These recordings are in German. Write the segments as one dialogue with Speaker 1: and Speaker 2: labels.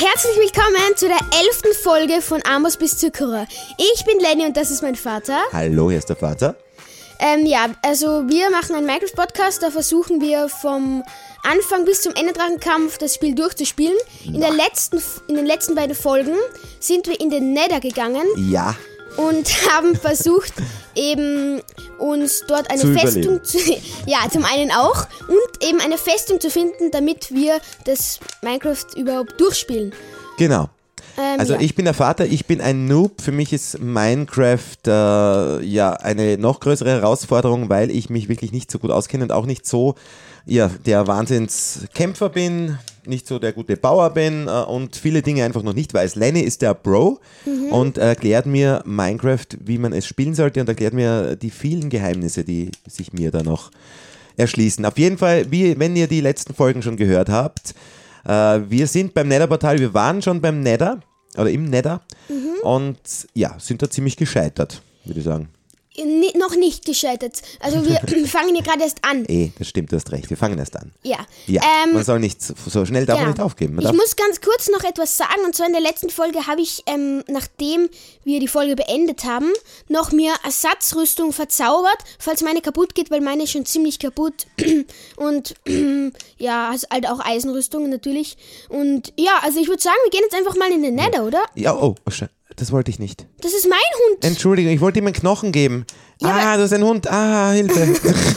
Speaker 1: Herzlich willkommen zu der elften Folge von Amos bis Zuckerer. Ich bin Lenny und das ist mein Vater.
Speaker 2: Hallo, hier ist der Vater.
Speaker 1: Ähm, ja, also wir machen einen Minecraft-Podcast, da versuchen wir vom Anfang bis zum Ende Drachenkampf das Spiel durchzuspielen. In, der letzten, in den letzten beiden Folgen sind wir in den Nether gegangen
Speaker 2: Ja,
Speaker 1: und haben versucht, eben uns dort eine
Speaker 2: Zu
Speaker 1: Festung
Speaker 2: überleben.
Speaker 1: zu. Ja, zum einen auch. Und eben eine Festung zu finden, damit wir das Minecraft überhaupt durchspielen.
Speaker 2: genau.
Speaker 1: Ähm,
Speaker 2: Also
Speaker 1: ja.
Speaker 2: ich bin der Vater, ich bin ein Noob. Für mich ist Minecraft äh, ja eine noch größere Herausforderung, weil ich mich wirklich nicht so gut auskenne und auch nicht so ja, der Wahnsinnskämpfer bin, nicht so der gute Bauer bin äh, und viele Dinge einfach noch nicht weiß. Lenny ist der Bro
Speaker 1: Mhm.
Speaker 2: und erklärt mir Minecraft, wie man es spielen sollte und erklärt mir die vielen Geheimnisse, die sich mir da noch erschließen. Auf jeden Fall, wie, wenn ihr die letzten Folgen schon gehört habt, äh, wir sind beim Nether-Portal, wir waren schon beim Nether oder im Nether
Speaker 1: Mhm.
Speaker 2: und ja, sind da ziemlich gescheitert, würde ich sagen.
Speaker 1: Ni- noch nicht gescheitert. Also wir fangen ja gerade erst an.
Speaker 2: Eh, das stimmt, du hast recht, wir fangen erst an.
Speaker 1: Ja.
Speaker 2: Ja,
Speaker 1: Ähm,
Speaker 2: man soll nicht so- so schnell darf man
Speaker 1: genau.
Speaker 2: nicht aufgeben. Man
Speaker 1: ich
Speaker 2: darf,
Speaker 1: muss ganz kurz noch etwas sagen. Und zwar in der letzten Folge habe ich, ähm, nachdem wir die Folge beendet haben, noch mir Ersatzrüstung verzaubert, falls meine kaputt geht, weil meine ist schon ziemlich kaputt. Und ja, also halt auch Eisenrüstung natürlich. Und ja, also ich würde sagen, wir gehen jetzt einfach mal in den Nether, oder?
Speaker 2: ja, oh, oh, sche- das wollte ich nicht.
Speaker 1: Das ist mein Hund.
Speaker 2: Entschuldigung, ich wollte ihm einen Knochen geben. ah, du hast einen Hund. Ah, Hilfe.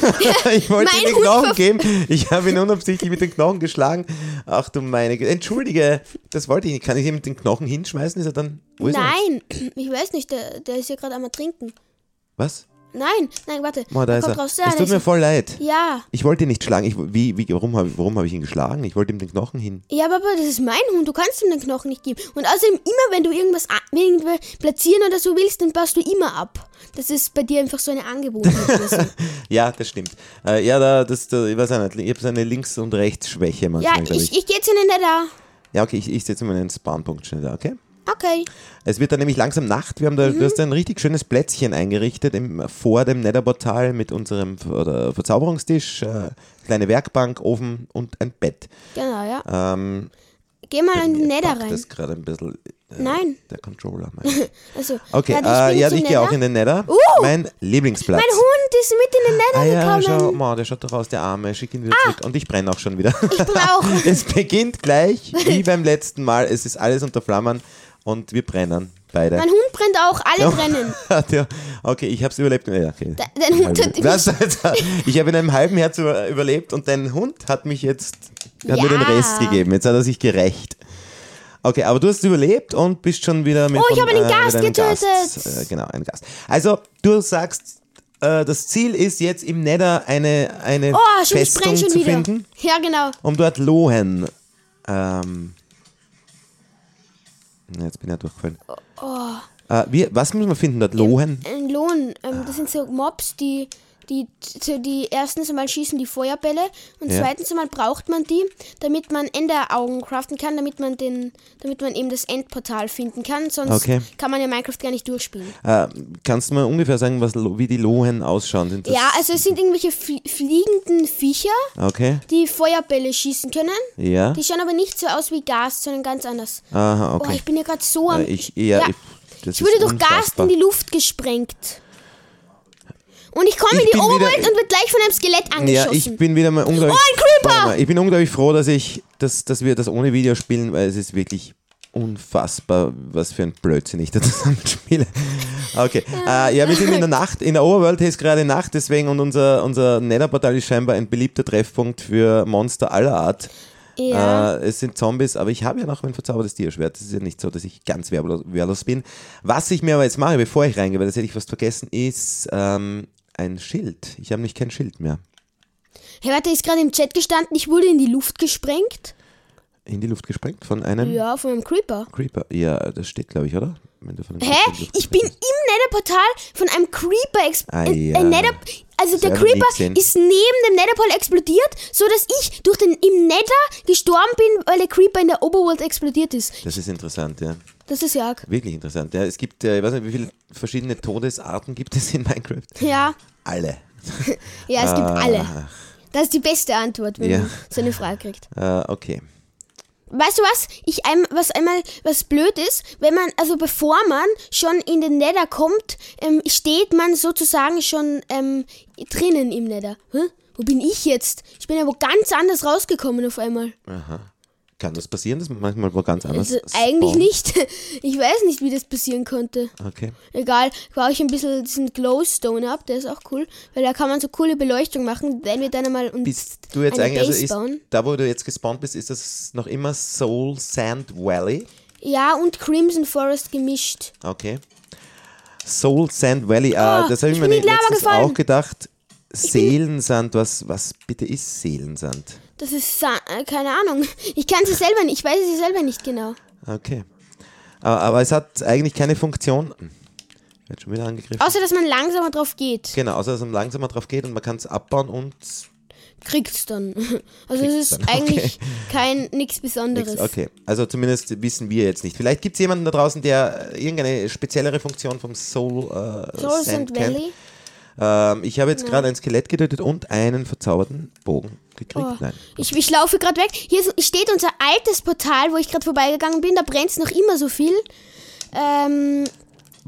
Speaker 2: ich wollte
Speaker 1: Mein
Speaker 2: ihm den
Speaker 1: Hund
Speaker 2: Knochen
Speaker 1: ver-
Speaker 2: geben. Ich habe ihn unabsichtlich mit dem Knochen geschlagen. Ach du meine Güte. Entschuldige, das wollte ich nicht. Kann ich ihm den Knochen hinschmeißen? Ist er dann. Wo ist Er?
Speaker 1: Nein, ich weiß nicht, der, der ist ja gerade einmal trinken.
Speaker 2: Was?
Speaker 1: Nein, nein, warte.
Speaker 2: Oh, da
Speaker 1: Er
Speaker 2: ist
Speaker 1: kommt
Speaker 2: er.
Speaker 1: raus. Ja,
Speaker 2: Es
Speaker 1: da
Speaker 2: tut
Speaker 1: ist
Speaker 2: mir voll leid.
Speaker 1: er. ja.
Speaker 2: Ich wollte ihn nicht schlagen. Ich, wie, wie, warum habe warum hab ich ihn geschlagen? Ich wollte ihm den Knochen hin.
Speaker 1: Ja, Papa, das ist mein Hund. Du kannst ihm den Knochen nicht geben. Und außerdem, immer wenn du irgendwas a- irgendwie platzieren oder so willst, dann baust du immer ab. Das ist bei dir einfach so eine Angewohnheit. gewesen.
Speaker 2: Ja, das stimmt. Äh, ja, da, das, da, ich weiß auch nicht. Ich habe so eine Links- und Rechtsschwäche
Speaker 1: ja,
Speaker 2: manchmal, glaube
Speaker 1: ich,
Speaker 2: ich.
Speaker 1: ich gehe jetzt in den Nether.
Speaker 2: Ja, okay, ich, ich setze meinen Spawnpunkt schnell da, okay?
Speaker 1: Okay.
Speaker 2: Es wird dann nämlich langsam Nacht. Wir haben da,
Speaker 1: Mhm.
Speaker 2: du hast ein richtig schönes Plätzchen eingerichtet im, vor dem Netherportal mit unserem Ver- oder Verzauberungstisch, äh, kleine Werkbank, Ofen und ein Bett.
Speaker 1: Genau, ja.
Speaker 2: Ähm,
Speaker 1: Geh mal in den
Speaker 2: mir
Speaker 1: Nether
Speaker 2: packt
Speaker 1: rein.
Speaker 2: Das gerade ein bisschen. Äh,
Speaker 1: Nein.
Speaker 2: Der Controller. Mein.
Speaker 1: Also,
Speaker 2: Okay,
Speaker 1: warte, ich
Speaker 2: äh, ja,
Speaker 1: bin jetzt
Speaker 2: ich
Speaker 1: im
Speaker 2: gehe auch
Speaker 1: Nether.
Speaker 2: in den Nether.
Speaker 1: Uh!
Speaker 2: mein Lieblingsplatz.
Speaker 1: Mein Hund ist mit in den
Speaker 2: Ah
Speaker 1: Nether
Speaker 2: ja, schau,
Speaker 1: gekommen.
Speaker 2: mal, der schaut doch aus, der Arme, schick ihn wieder zurück. Und ich brenne auch schon wieder.
Speaker 1: Ich brauche.
Speaker 2: es beginnt gleich, wie beim letzten Mal. Es ist alles unter Flammern und wir brennen beide.
Speaker 1: Mein Hund brennt auch. Alle brennen.
Speaker 2: ja, okay, ich hab's überlebt. Ja, okay.
Speaker 1: Da- dein Hund hat mich-
Speaker 2: Was? Ich habe in einem halben Herz über- überlebt und dein Hund hat mich jetzt hat
Speaker 1: Ja.
Speaker 2: mir den Rest gegeben. Jetzt hat er sich gerecht. Okay, aber du hast überlebt und bist schon wieder mit
Speaker 1: Oh, ich
Speaker 2: von,
Speaker 1: habe einen
Speaker 2: äh,
Speaker 1: Gast
Speaker 2: mit einem
Speaker 1: getötet.
Speaker 2: Gast, äh, genau, einen Gast. Also, du sagst, äh, das Ziel ist jetzt im Nether eine, eine
Speaker 1: Oh, schon, ich
Speaker 2: Festung
Speaker 1: brenne schon
Speaker 2: zu
Speaker 1: wieder.
Speaker 2: finden,
Speaker 1: Ja, genau.
Speaker 2: um dort Lohen. Ähm, na, jetzt bin ich ja durchgefallen.
Speaker 1: Oh.
Speaker 2: Äh, wir, was muss man finden dort? Lohen?
Speaker 1: Ein Lohn. Ähm,
Speaker 2: Ah.
Speaker 1: das sind so Mobs, die, die, die, die erstens einmal schießen die Feuerbälle und
Speaker 2: Ja.
Speaker 1: zweitens einmal braucht man die, damit man Enderaugen craften kann, damit man den, damit man eben das Endportal finden kann. Sonst
Speaker 2: Okay.
Speaker 1: kann man ja Minecraft gar nicht durchspielen.
Speaker 2: Äh, kannst du mal ungefähr sagen, was, Lo- wie die Lohen ausschauen? Sind das,
Speaker 1: ja, also es sind irgendwelche flie fliegenden Viecher,
Speaker 2: Okay.
Speaker 1: die Feuerbälle schießen können.
Speaker 2: Ja.
Speaker 1: Die schauen aber nicht so aus wie Gas, sondern ganz anders.
Speaker 2: Aha,
Speaker 1: Oh,
Speaker 2: okay.
Speaker 1: ich bin ja gerade so am.
Speaker 2: Äh, ich, ja,
Speaker 1: Ja.
Speaker 2: Ich, das
Speaker 1: Ich wurde
Speaker 2: ist
Speaker 1: durch Gas
Speaker 2: unfassbar.
Speaker 1: in die Luft gesprengt. Und ich komme in
Speaker 2: Ich
Speaker 1: die
Speaker 2: bin
Speaker 1: Oberwelt
Speaker 2: wieder-
Speaker 1: und wird gleich von einem Skelett
Speaker 2: Ja,
Speaker 1: angeschossen.
Speaker 2: ich bin wieder mal unglaublich.
Speaker 1: Oh, ein Creeper!
Speaker 2: Warte mal, Ich bin unglaublich froh, dass ich, dass, dass wir das ohne Video spielen, weil es ist wirklich unfassbar, was für ein Blödsinn ich da zusammenspiele. Okay. Äh, ja, wir sind in der Nacht, in der Overworld ist gerade Nacht, deswegen und unser, unser Netherportal ist scheinbar ein beliebter Treffpunkt für Monster aller Art.
Speaker 1: ja.
Speaker 2: Äh, es sind Zombies, aber ich habe ja noch mein verzaubertes Tierschwert. Es ist ja nicht so, dass ich ganz wehrlos, wehrlos bin. Was ich mir aber jetzt mache, bevor ich reingehe, weil das hätte ich fast vergessen, ist ähm, ein Schild. Ich habe nicht kein Schild mehr.
Speaker 1: Hey, warte, ist gerade im Chat gestanden, ich wurde in die Luft gesprengt.
Speaker 2: In die Luft gesprengt von einem
Speaker 1: Ja, von einem Creeper.
Speaker 2: Creeper. Ja, das steht, glaube ich, oder? Wenn du von einem Creeper in die
Speaker 1: Hä?
Speaker 2: Luft
Speaker 1: Ich bin im
Speaker 2: gesprengt
Speaker 1: Netherportal von einem Creeper ex
Speaker 2: Ah,
Speaker 1: äh,
Speaker 2: ja.
Speaker 1: äh, Nether also der
Speaker 2: hab ich noch nie
Speaker 1: Creeper
Speaker 2: gesehen.
Speaker 1: ist neben dem Netherportal explodiert, so dass ich durch den im Nether gestorben bin, weil der Creeper in der Oberworld explodiert ist.
Speaker 2: bist. Das ist interessant, ja.
Speaker 1: Das ist ja arg.
Speaker 2: Wirklich interessant. Ja, es gibt, äh, ich weiß nicht, wie viele verschiedene Todesarten gibt es in Minecraft?
Speaker 1: Ja,
Speaker 2: Alle.
Speaker 1: ja, es gibt
Speaker 2: Ah.
Speaker 1: alle. Das ist die beste Antwort, wenn
Speaker 2: Ja.
Speaker 1: man so eine Frage kriegt.
Speaker 2: Äh, okay.
Speaker 1: weißt du was? Ich ein, was einmal was blöd ist, wenn man also bevor man schon in den Nether kommt, ähm, steht man sozusagen schon ähm, drinnen im Nether. Hä? Wo bin ich jetzt? Ich bin ja wo ganz anders rausgekommen auf einmal.
Speaker 2: Kann das passieren, dass man manchmal wo ganz anders
Speaker 1: Also eigentlich nicht.
Speaker 2: spawnt?
Speaker 1: Ich weiß nicht, wie das passieren konnte.
Speaker 2: Okay.
Speaker 1: Egal, baue ich ein bisschen diesen Glowstone ab, der ist auch cool, weil da kann man so coole Beleuchtung machen, wenn wir dann mal uns
Speaker 2: Bist du jetzt
Speaker 1: eine
Speaker 2: eigentlich,
Speaker 1: Base
Speaker 2: also
Speaker 1: bauen.
Speaker 2: ist, da wo du jetzt gespawnt bist, ist das noch immer Soul Sand Valley?
Speaker 1: Ja, und Crimson Forest gemischt.
Speaker 2: Okay. Soul Sand Valley, äh,
Speaker 1: Ah,
Speaker 2: das habe ich,
Speaker 1: ich
Speaker 2: mir
Speaker 1: bin in die Lava
Speaker 2: letztens
Speaker 1: gefallen.
Speaker 2: auch gedacht. Seelensand, was, was bitte ist Seelensand?
Speaker 1: Das ist Sa äh, keine Ahnung. Ich kann sie selber nicht, ich weiß sie selber nicht genau.
Speaker 2: Okay. Aber, aber es hat eigentlich keine Funktion. Wird schon wieder angegriffen.
Speaker 1: Außer dass man langsamer drauf geht,
Speaker 2: genau, außer dass man langsamer drauf geht und man kann es abbauen und
Speaker 1: kriegt's dann. Also es ist
Speaker 2: Kriegt's dann, okay.
Speaker 1: eigentlich kein nichts Besonderes.
Speaker 2: nix. Okay. Also zumindest wissen wir jetzt nicht. Vielleicht gibt es jemanden da draußen, der irgendeine speziellere Funktion vom Soul, äh,
Speaker 1: Souls
Speaker 2: Sand
Speaker 1: and
Speaker 2: kennt.
Speaker 1: Valley.
Speaker 2: Ähm, ich habe jetzt gerade ein Skelett getötet und einen verzauberten Bogen gekriegt.
Speaker 1: Oh,
Speaker 2: Nein.
Speaker 1: ich, ich laufe gerade weg. Hier ist, steht unser altes Portal, wo ich gerade vorbeigegangen bin. Da brennt es noch immer so viel. Ähm,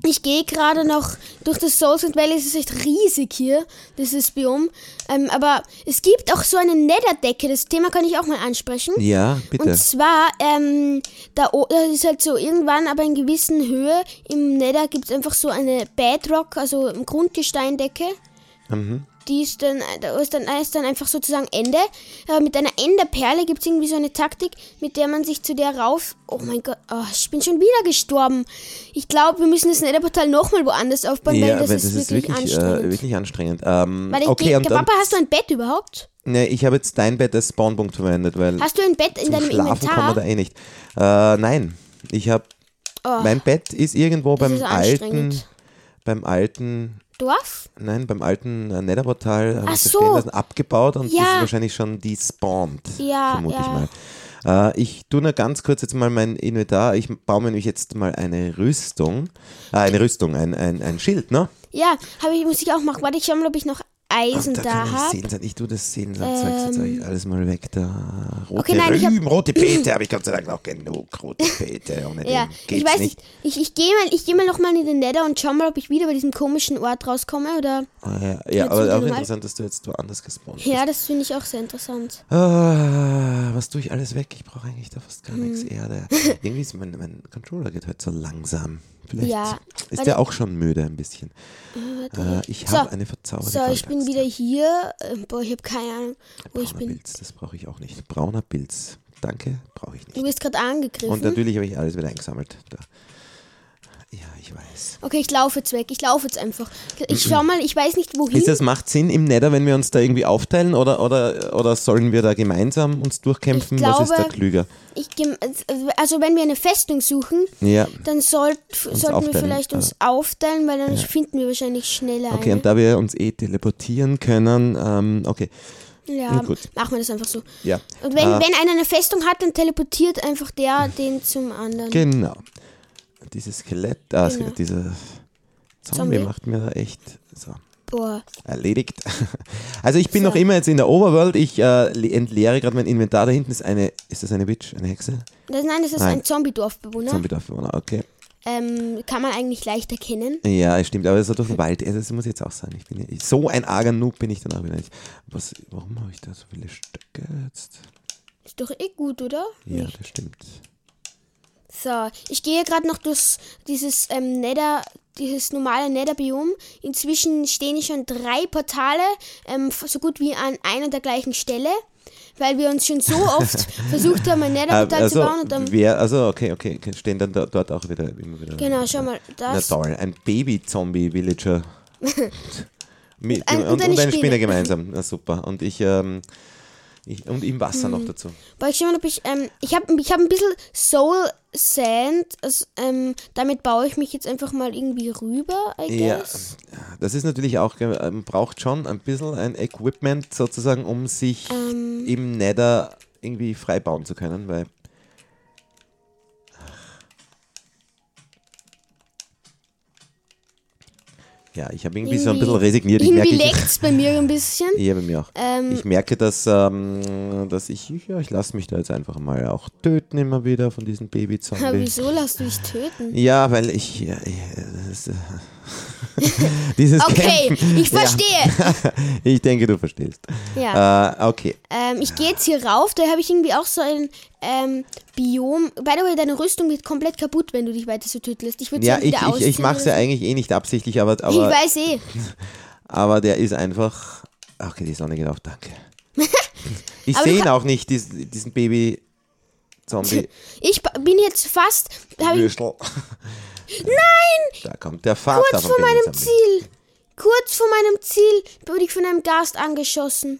Speaker 1: ich gehe gerade noch durch das Souls and Valley. Es ist echt riesig hier, dieses Biom. Ähm, aber es gibt auch so eine Netherdecke. Das Thema kann ich auch mal ansprechen.
Speaker 2: Ja, bitte.
Speaker 1: Und zwar, ähm, da o- das ist halt so irgendwann, aber in gewissen Höhe im Nether gibt es einfach so eine Bedrock, also eine Grundgesteindecke.
Speaker 2: Mhm.
Speaker 1: Die ist dann, da ist dann, da ist dann einfach sozusagen Ende. Aber mit einer Enderperle gibt es irgendwie so eine Taktik, mit der man sich zu der rauf. Oh mein Gott, oh, ich bin schon wieder gestorben. Ich glaube, wir müssen das Netherportal nochmal woanders aufbauen,
Speaker 2: ja,
Speaker 1: weil das,
Speaker 2: weil
Speaker 1: ist, wirklich anstrengend.
Speaker 2: äh, wirklich anstrengend. Ähm,
Speaker 1: weil ich
Speaker 2: okay,
Speaker 1: denk,
Speaker 2: und, und
Speaker 1: Papa, hast du ein Bett überhaupt?
Speaker 2: ne, ich habe jetzt dein Bett als Spawnpunkt verwendet, weil
Speaker 1: Hast du ein Bett in deinem
Speaker 2: zum Schlafen
Speaker 1: Inventar?
Speaker 2: kann man da eh nicht. Äh, nein, ich habe mein Bett ist irgendwo beim
Speaker 1: Oh. ist
Speaker 2: alten,
Speaker 1: anstrengend.
Speaker 2: beim alten,
Speaker 1: Dorf?
Speaker 2: nein, beim alten äh, Netherportal habe
Speaker 1: Ach
Speaker 2: ich das
Speaker 1: so.
Speaker 2: stehen lassen, abgebaut und
Speaker 1: Ja.
Speaker 2: das ist wahrscheinlich schon despawned,
Speaker 1: Ja,
Speaker 2: vermute
Speaker 1: ja.
Speaker 2: ich mal. Äh, ich tue nur ganz kurz jetzt mal mein Inventar. Ich baue mir nämlich jetzt mal eine Rüstung, äh, eine Rüstung, ein, ein, ein Schild, ne?
Speaker 1: Ja, habe ich, muss ich auch machen. Warte, ich schau mal, ob ich noch Eisen da,
Speaker 2: kann ich
Speaker 1: habe.
Speaker 2: Sehnsucht- Ich tue das Sehnsuchtzeug jetzt eigentlich alles mal weg. Da. Rote
Speaker 1: Okay, nein, ich hab-
Speaker 2: Rüben, rote Pete habe ich Gott sei Dank noch genug. Rote Pete, ohne
Speaker 1: Ja,
Speaker 2: den geht's
Speaker 1: ich weiß
Speaker 2: nicht.
Speaker 1: nicht. Ich, ich gehe mal, ich geh mal nochmal in den Nether und schau mal, ob ich wieder bei diesem komischen Ort rauskomme. Oder.
Speaker 2: Ah, Ja, ja
Speaker 1: Jetzt
Speaker 2: aber
Speaker 1: wieder
Speaker 2: auch
Speaker 1: mal.
Speaker 2: interessant, dass du jetzt woanders gespawnt
Speaker 1: Ja,
Speaker 2: bist.
Speaker 1: das finde ich auch sehr interessant.
Speaker 2: Ah, was tue ich alles weg? Ich brauche eigentlich da fast gar nichts
Speaker 1: Hm.
Speaker 2: Erde. Irgendwie ist mein, mein Controller geht heute so langsam. Vielleicht
Speaker 1: Ja,
Speaker 2: ist
Speaker 1: weil-
Speaker 2: der auch schon müde ein bisschen. Äh, ich
Speaker 1: So,
Speaker 2: habe eine verzauberte
Speaker 1: So, ich bin
Speaker 2: Goldaxt.
Speaker 1: wieder hier. Äh, Boah, ich habe keine Ahnung, wo ich
Speaker 2: Brauner
Speaker 1: bin.
Speaker 2: Pilz, das brauche ich auch nicht. Brauner Pilz, danke, brauche ich nicht.
Speaker 1: Du wirst gerade
Speaker 2: Und
Speaker 1: angegriffen.
Speaker 2: natürlich habe ich alles wieder eingesammelt. Da. Ja, ich weiß.
Speaker 1: Okay, ich laufe jetzt weg. Ich laufe jetzt einfach. Ich schau mal, ich weiß nicht wohin.
Speaker 2: Ist das, macht Sinn im Nether, wenn wir uns da irgendwie aufteilen oder, oder, oder sollen wir da gemeinsam uns durchkämpfen?
Speaker 1: Ich
Speaker 2: Was ist da
Speaker 1: glaube-
Speaker 2: klüger?
Speaker 1: Ich geh- also, wenn wir eine Festung suchen,
Speaker 2: Ja.
Speaker 1: dann sollt, sollten wir
Speaker 2: aufteilen,
Speaker 1: vielleicht uns aufteilen, weil dann finden wir wahrscheinlich schneller
Speaker 2: Okay,
Speaker 1: eine.
Speaker 2: und da wir uns eh teleportieren können, ähm, okay,
Speaker 1: Ja,
Speaker 2: Na gut.
Speaker 1: machen wir das einfach so.
Speaker 2: ja.
Speaker 1: Und wenn,
Speaker 2: Äh,
Speaker 1: wenn einer eine Festung hat, dann teleportiert einfach der den zum anderen.
Speaker 2: Genau. Dieses Skelett, ah,
Speaker 1: Genau.
Speaker 2: dieser Zombie,
Speaker 1: Zombie.
Speaker 2: macht mir da echt so
Speaker 1: Boah.
Speaker 2: erledigt. Also ich bin
Speaker 1: So.
Speaker 2: noch immer jetzt in der Overworld. Ich äh, le- entleere gerade mein Inventar. Da hinten ist eine, ist das eine Witch, eine Hexe?
Speaker 1: Das, nein, das ist
Speaker 2: Nein.
Speaker 1: ein Zombie-Dorfbewohner.
Speaker 2: Zombie-Dorfbewohner, okay.
Speaker 1: Ähm, kann man eigentlich leicht erkennen.
Speaker 2: Ja, es stimmt, aber das ist ja durch den Wald. Ja, Das muss ich jetzt auch sagen. Ich bin ja, so ein arger Noob bin ich dann auch wieder nicht. Was, warum habe ich da so viele Stöcke jetzt?
Speaker 1: Ist doch eh gut, oder?
Speaker 2: Ja, das stimmt.
Speaker 1: So, ich gehe gerade noch durch dieses ähm, Nether, dieses normale Netherbiom. Inzwischen stehen schon drei Portale, ähm, f- so gut wie an einer der gleichen Stelle, weil wir uns schon so oft versucht haben, ein
Speaker 2: Ah,
Speaker 1: Netherportal
Speaker 2: also,
Speaker 1: zu bauen und dann.
Speaker 2: wer, also, okay, okay, okay, stehen dann da, dort auch wieder immer wieder.
Speaker 1: Genau, schau mal,
Speaker 2: Na
Speaker 1: das.
Speaker 2: toll, ein Baby-Zombie-Villager. Mit-
Speaker 1: Ein-
Speaker 2: und, und, eine Spinne
Speaker 1: Spinne.
Speaker 2: gemeinsam. Na super. Und ich, ähm, ich und im Wasser
Speaker 1: Mhm.
Speaker 2: noch dazu.
Speaker 1: Boah, ich schau mal, ob ich, ähm, ich habe ich hab ein bisschen Soul Sand, also, ähm, damit baue ich mich jetzt einfach mal irgendwie rüber, I
Speaker 2: Ja,
Speaker 1: guess.
Speaker 2: das ist natürlich auch, ge- ähm, braucht schon ein bisschen ein Equipment sozusagen, um sich im Nether irgendwie frei bauen zu können, weil Ja, ich habe irgendwie, so ein bisschen resigniert. Ich merke,
Speaker 1: Irgendwie
Speaker 2: ich,
Speaker 1: leckt es bei mir ein bisschen.
Speaker 2: ja, bei mir auch.
Speaker 1: Ähm.
Speaker 2: ich merke, dass, ähm, dass ich, ja, ich lasse mich da jetzt einfach mal auch töten immer wieder von diesen
Speaker 1: Aber
Speaker 2: Baby-Zombies.
Speaker 1: wieso lässt du dich töten?
Speaker 2: Ja, weil ich. Ja, ich das, äh, dieses
Speaker 1: Okay,
Speaker 2: Kämpfen-
Speaker 1: ich verstehe.
Speaker 2: Ja. ich denke, du verstehst.
Speaker 1: Ja.
Speaker 2: Äh, okay.
Speaker 1: Ähm, ich gehe jetzt hier rauf, da habe ich irgendwie auch so ein ähm, Biom. By the way, deine Rüstung wird komplett kaputt, wenn du dich weiter so töten lässt. Ich würde sie
Speaker 2: Ja,
Speaker 1: auch
Speaker 2: ich,
Speaker 1: wieder
Speaker 2: ich, ich
Speaker 1: ausziehen
Speaker 2: mache es ja
Speaker 1: oder
Speaker 2: eigentlich eh nicht absichtlich, aber,
Speaker 1: so. Ich
Speaker 2: aber,
Speaker 1: weiß eh.
Speaker 2: aber der ist einfach. Ach, Okay, die Sonne geht auf, danke. Ich
Speaker 1: Aber du
Speaker 2: sehe ihn auch nicht, diesen, diesen Baby-Zombie.
Speaker 1: Ich ba- bin jetzt fast hab ich,
Speaker 2: Würstel. Nein! Da kommt der Vater
Speaker 1: kurz
Speaker 2: vom
Speaker 1: vor meinem
Speaker 2: Baby-Zombie.
Speaker 1: Ziel. Kurz vor meinem Ziel wurde ich von einem Gast angeschossen.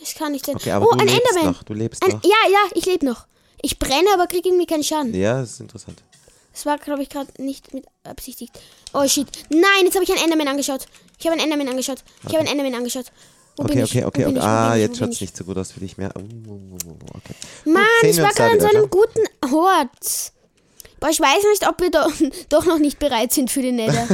Speaker 1: Das kann nicht sein.
Speaker 2: Okay, aber
Speaker 1: oh,
Speaker 2: du
Speaker 1: ein
Speaker 2: lebst
Speaker 1: Enderman.
Speaker 2: noch. Du lebst
Speaker 1: Ein,
Speaker 2: noch.
Speaker 1: ja, ja, ich lebe noch. Ich brenne, aber kriege irgendwie keinen Schaden.
Speaker 2: Ja, das ist interessant.
Speaker 1: Das war, glaube ich, gerade nicht mit absichtigt. Oh shit. Nein, jetzt habe ich einen Enderman angeschaut. Ich habe einen Enderman angeschaut. Ich habe einen Enderman angeschaut. Wo bin
Speaker 2: Okay,
Speaker 1: ich?
Speaker 2: okay,
Speaker 1: Wo
Speaker 2: okay.
Speaker 1: bin
Speaker 2: okay.
Speaker 1: ich? Wo
Speaker 2: Ah,
Speaker 1: bin ich? Wo
Speaker 2: jetzt
Speaker 1: bin
Speaker 2: schaut's
Speaker 1: ich?
Speaker 2: nicht so gut aus für dich mehr. Oh, oh, oh, oh, Okay.
Speaker 1: Mann,
Speaker 2: sehen
Speaker 1: ich
Speaker 2: wir
Speaker 1: war
Speaker 2: uns da
Speaker 1: gerade in so
Speaker 2: wieder,
Speaker 1: einem guten Hort. Boah, ich weiß nicht, ob wir doch, doch noch nicht bereit sind für den Nether.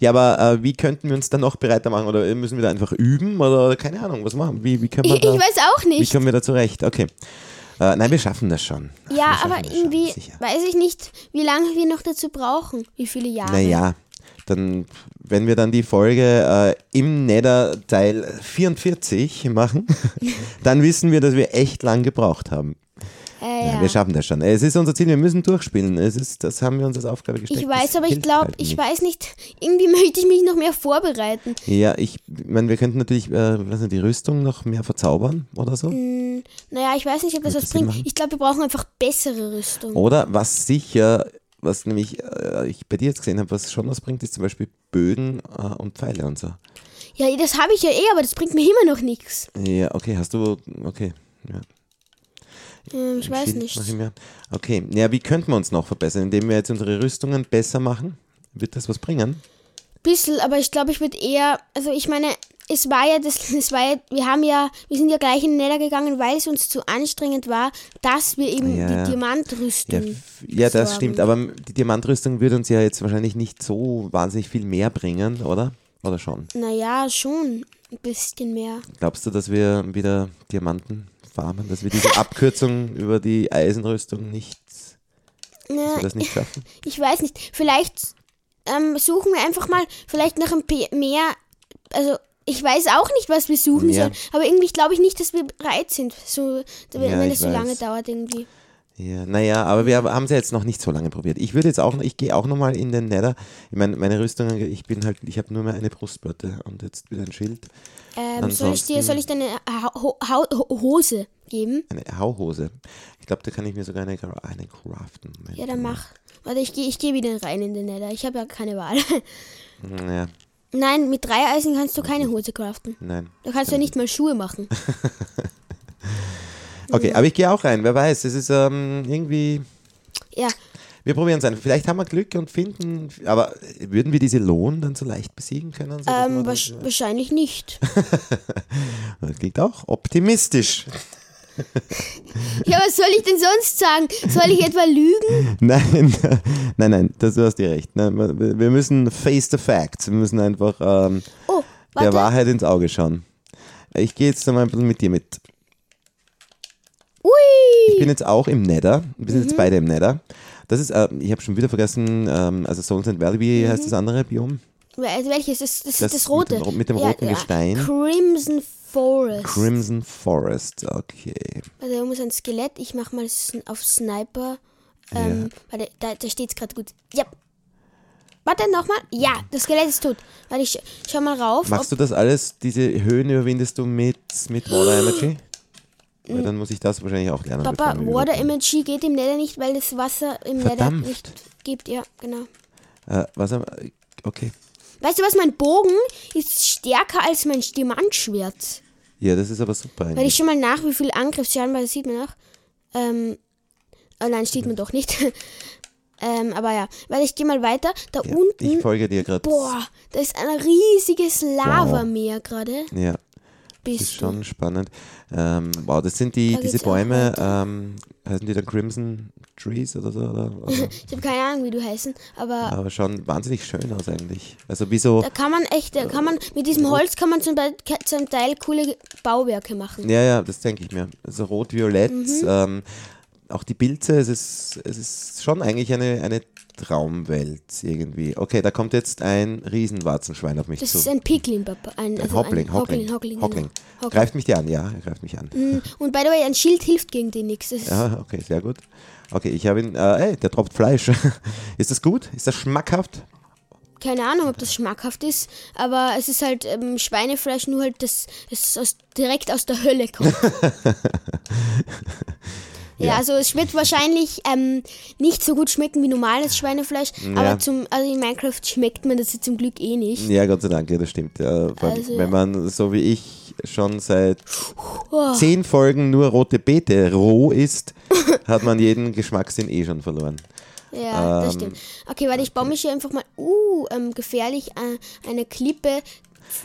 Speaker 2: Ja, aber äh, wie könnten wir uns dann noch bereiter machen? Oder müssen wir da einfach üben? Oder keine Ahnung, was machen? Wie, wie können
Speaker 1: ich,
Speaker 2: wir
Speaker 1: ich
Speaker 2: da,
Speaker 1: weiß auch
Speaker 2: wie
Speaker 1: nicht.
Speaker 2: kommen wir da zurecht? Okay. Äh, nein, wir schaffen das schon. Wir
Speaker 1: Ja,
Speaker 2: schaffen
Speaker 1: aber
Speaker 2: das schon,
Speaker 1: irgendwie
Speaker 2: sicher.
Speaker 1: weiß ich nicht, wie lange wir noch dazu brauchen. Wie viele Jahre.
Speaker 2: Naja, dann, wenn wir dann die Folge äh, im Nether Teil 44 machen, dann wissen wir, dass wir echt lang gebraucht haben.
Speaker 1: äh,
Speaker 2: Ja,
Speaker 1: ja.
Speaker 2: wir schaffen das schon. Es ist unser Ziel, wir müssen durchspielen. Es ist, das haben wir uns als Aufgabe gestellt.
Speaker 1: Ich weiß,
Speaker 2: Das
Speaker 1: aber ich
Speaker 2: hilft
Speaker 1: glaube,
Speaker 2: halt
Speaker 1: ich
Speaker 2: nicht.
Speaker 1: weiß nicht. Irgendwie möchte ich mich noch mehr vorbereiten.
Speaker 2: Ja, ich meine, wir könnten natürlich äh, was ist, die Rüstung noch mehr verzaubern oder so.
Speaker 1: Mhm. Naja, ich weiß nicht, ob das was
Speaker 2: das Sinn
Speaker 1: bringt.
Speaker 2: machen? Oh.
Speaker 1: Ich glaube, wir brauchen einfach bessere Rüstung.
Speaker 2: Oder was sicher, was nämlich äh, ich bei dir jetzt gesehen habe, was schon was bringt, ist zum Beispiel Bögen äh, und Pfeile und so.
Speaker 1: Ja, das habe ich ja eh, aber das bringt mir immer noch nichts.
Speaker 2: Ja, okay, hast du. Okay. Ja,
Speaker 1: Ähm, ich weiß
Speaker 2: Schild
Speaker 1: nicht.
Speaker 2: mach ich mir. Okay, ja, wie könnten wir uns noch verbessern? Indem wir jetzt unsere Rüstungen besser machen? Wird das was bringen?
Speaker 1: Bissel, aber ich glaube, ich würde eher, also ich meine, es war ja das, es war ja, wir haben ja, wir sind ja gleich in den Nether gegangen, weil es uns zu anstrengend war, dass wir eben
Speaker 2: Ah, Ja,
Speaker 1: die
Speaker 2: ja. Ja,
Speaker 1: Diamantrüstung.
Speaker 2: f- ja das
Speaker 1: Sorgen.
Speaker 2: stimmt, aber die Diamantrüstung würde uns ja jetzt wahrscheinlich nicht so wahnsinnig viel mehr bringen, oder? Oder schon?
Speaker 1: Naja, schon ein bisschen mehr.
Speaker 2: Glaubst du, dass wir wieder Diamanten farmen, dass wir diese Abkürzung über die Eisenrüstung nicht, dass
Speaker 1: Na,
Speaker 2: wir das nicht schaffen?
Speaker 1: ich weiß nicht. Vielleicht ähm, suchen wir einfach mal, vielleicht nach ein P mehr, also ich weiß auch nicht, was wir suchen
Speaker 2: Ja.
Speaker 1: sollen, aber irgendwie glaube ich nicht, dass wir bereit sind, so, wenn
Speaker 2: Ja, ich
Speaker 1: es so lange
Speaker 2: weiß.
Speaker 1: dauert irgendwie.
Speaker 2: Ja, naja, aber wir haben es ja jetzt noch nicht so lange probiert. Ich würde jetzt auch, ich gehe auch nochmal in den Nether. Ich meine, meine Rüstung, ich bin halt, ich habe nur mehr eine Brustplatte und jetzt wieder ein Schild,
Speaker 1: Ähm, soll ich dir,
Speaker 2: Ansonsten-
Speaker 1: soll ich deine äh, ha Ho Hau- Ho Hose geben?
Speaker 2: eine Hauhose. Ich glaube, da kann ich mir sogar eine, gra- eine craften. Moment
Speaker 1: Ja, dann
Speaker 2: mal.
Speaker 1: mach. Warte, ich gehe ich geh wieder rein in den Nether. Ich habe ja keine Wahl.
Speaker 2: Naja,
Speaker 1: Nein, mit drei Eisen kannst du keine Hose craften.
Speaker 2: nein.
Speaker 1: Du kannst ja nicht mal Schuhe machen.
Speaker 2: Okay,
Speaker 1: Mhm.
Speaker 2: aber ich gehe auch rein. Wer weiß, es ist ähm, irgendwie.
Speaker 1: Ja,
Speaker 2: Wir probieren es einfach. Vielleicht haben wir Glück und finden. Aber würden wir diese Lohn dann so leicht besiegen können? So dass wir
Speaker 1: ähm,
Speaker 2: dann-
Speaker 1: wahrsch- wahrscheinlich nicht.
Speaker 2: das klingt auch optimistisch.
Speaker 1: Ja, was soll ich denn sonst sagen? Soll ich etwa lügen?
Speaker 2: Nein, nein, nein, das, du hast dir recht. Nein, wir wir müssen face the facts. Wir müssen einfach ähm,
Speaker 1: Oh,
Speaker 2: der
Speaker 1: warte.
Speaker 2: Wahrheit ins Auge schauen. Ich gehe jetzt mal ein bisschen mit dir mit. Ich
Speaker 1: Ui!
Speaker 2: bin jetzt auch im Nether. Wir sind
Speaker 1: Mhm.
Speaker 2: jetzt beide im Nether. Das ist, ähm, ich habe schon wieder vergessen, ähm, also Souls and Valley,
Speaker 1: Mhm.
Speaker 2: wie heißt das andere Biom?
Speaker 1: Wel- Welches? Das, das,
Speaker 2: Das
Speaker 1: ist das rote.
Speaker 2: mit dem ro- mit dem roten Gestein.
Speaker 1: Crimson Forest.
Speaker 2: Crimson Forest, okay.
Speaker 1: Warte, da muss ein Skelett. Ich mach mal sn- auf Sniper. Ähm, Warte, da, da steht's gerade gut. Ja. Warte, nochmal. Ja, das Skelett ist tot. Warte, ich sch schau mal rauf.
Speaker 2: Machst du das alles, diese Höhen überwindest du mit, mit Water Energy? Weil dann muss ich das wahrscheinlich auch lernen.
Speaker 1: ob Papa,
Speaker 2: bevor wir
Speaker 1: Water
Speaker 2: überkommen.
Speaker 1: MNG geht im Nether nicht, weil das Wasser im
Speaker 2: Verdampft.
Speaker 1: Nether nicht gibt. Ja, genau.
Speaker 2: Äh, was haben wir? Okay.
Speaker 1: Weißt du was, mein Bogen ist stärker als mein Diamantschwert.
Speaker 2: Ja, das ist aber super.
Speaker 1: Weil
Speaker 2: eigentlich.
Speaker 1: ich schon mal nach, wie viel Angriffsschaden, weil das sieht man auch. Ähm, oh nein, sieht man doch nicht. ähm, aber ja, weil ich gehe mal weiter. Da
Speaker 2: Ja,
Speaker 1: unten
Speaker 2: Ich folge dir gerade.
Speaker 1: Boah, da ist ein riesiges Lavameer gerade.
Speaker 2: Ja. Das ist
Speaker 1: bist du.
Speaker 2: schon spannend. Ähm, wow, das sind die,
Speaker 1: Da
Speaker 2: diese
Speaker 1: geht's auch
Speaker 2: Bäume, ähm, heißen die dann Crimson Trees oder so? Oder? Oder?
Speaker 1: Ich habe keine Ahnung, wie du heißen, aber
Speaker 2: Aber schauen wahnsinnig schön aus eigentlich. Also wie so,
Speaker 1: da kann man echt, da kann man, mit diesem Holz kann man zum, Be zum Teil coole Bauwerke machen.
Speaker 2: ja, ja, das denke ich mir. Also rot-violett, ähm, auch die Pilze, es ist, es ist schon eigentlich eine, eine Traumwelt irgendwie. Okay, da kommt jetzt ein Riesenwarzenschwein auf mich
Speaker 1: Das
Speaker 2: zu.
Speaker 1: ist ein Piglin, Papa. Ein,
Speaker 2: ein
Speaker 1: also
Speaker 2: Hoppling,
Speaker 1: ein
Speaker 2: Hoppling,
Speaker 1: Hoppling,
Speaker 2: Hoppling,
Speaker 1: Hoppling. genau. Hoppling.
Speaker 2: Greift mich dir an, ja, er greift mich an.
Speaker 1: Und by the way, ein Schild hilft gegen den nichts. Das ist
Speaker 2: Ja, okay, sehr gut. Okay, ich habe ihn, äh, ey, der tropft Fleisch. ist das gut? Ist das schmackhaft?
Speaker 1: keine Ahnung, ob das schmackhaft ist, aber es ist halt ähm, Schweinefleisch, nur halt, dass es aus, direkt aus der Hölle kommt. ja. also es wird wahrscheinlich ähm, nicht so gut schmecken wie normales Schweinefleisch, aber zum, also in Minecraft schmeckt man das jetzt zum Glück eh nicht.
Speaker 2: Ja, Gott sei Dank, ja, das stimmt. Ja, vor allem,
Speaker 1: Also-
Speaker 2: wenn man, so wie ich, schon seit
Speaker 1: Oh,
Speaker 2: zehn Folgen nur rote Beete roh isst, hat man jeden Geschmackssinn eh schon verloren.
Speaker 1: ja,
Speaker 2: ähm,
Speaker 1: das stimmt. Okay, warte, ich baue mich hier einfach mal, uh, ähm, gefährlich, äh, eine Klippe.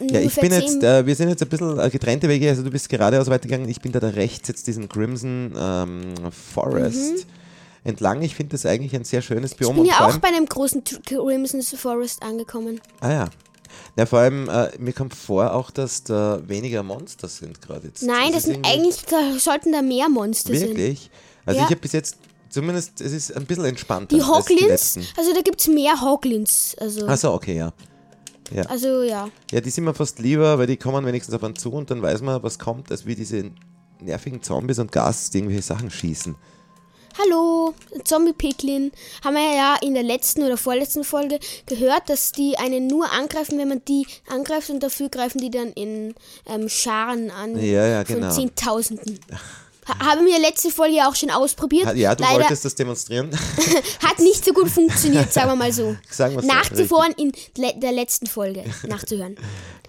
Speaker 2: Ja, ich
Speaker 1: ungefähr
Speaker 2: bin
Speaker 1: 10
Speaker 2: jetzt, äh, wir sind jetzt ein bisschen äh, getrennte Wege, also du bist geradeaus weitergegangen, ich bin da, da rechts jetzt diesen Crimson ähm, Forest entlang. Ich finde das eigentlich ein sehr schönes Biom.
Speaker 1: Mhm. bin
Speaker 2: und
Speaker 1: ja
Speaker 2: vor
Speaker 1: auch
Speaker 2: allem-
Speaker 1: bei einem großen Tr- Crimson Forest angekommen.
Speaker 2: Ah ja. Na, vor allem, äh, mir kommt vor auch, dass da weniger Monster sind gerade jetzt.
Speaker 1: Nein,
Speaker 2: Es
Speaker 1: das
Speaker 2: ist
Speaker 1: sind
Speaker 2: irgendwie-
Speaker 1: eigentlich, da sollten da mehr Monster sein.
Speaker 2: Wirklich? Also
Speaker 1: Ja.
Speaker 2: ich habe bis jetzt, zumindest, es ist ein bisschen entspannter.
Speaker 1: Die
Speaker 2: als
Speaker 1: Hoglins,
Speaker 2: letzten.
Speaker 1: also da gibt es mehr Hoglins. Also,
Speaker 2: Achso, okay, ja.
Speaker 1: also ja.
Speaker 2: Ja, die sind mir fast lieber, weil die kommen wenigstens auf einen zu und dann weiß man, was kommt, als wie diese nervigen Zombies und Gas, die irgendwelche Sachen schießen.
Speaker 1: Hallo, Zombie-Piglin. Haben wir ja in der letzten oder vorletzten Folge gehört, dass die einen nur angreifen, wenn man die angreift und dafür greifen die dann in ähm, Scharen an.
Speaker 2: Ja, ja, genau.
Speaker 1: Von Zehntausenden. Ha haben wir letzte Folge auch schon ausprobiert.
Speaker 2: Ha- Ja, du
Speaker 1: Leider
Speaker 2: wolltest das demonstrieren.
Speaker 1: hat nicht so gut funktioniert, sagen wir mal so.
Speaker 2: Sagen wir's so,
Speaker 1: Nachzufahren in le der letzten Folge. Nachzuhören.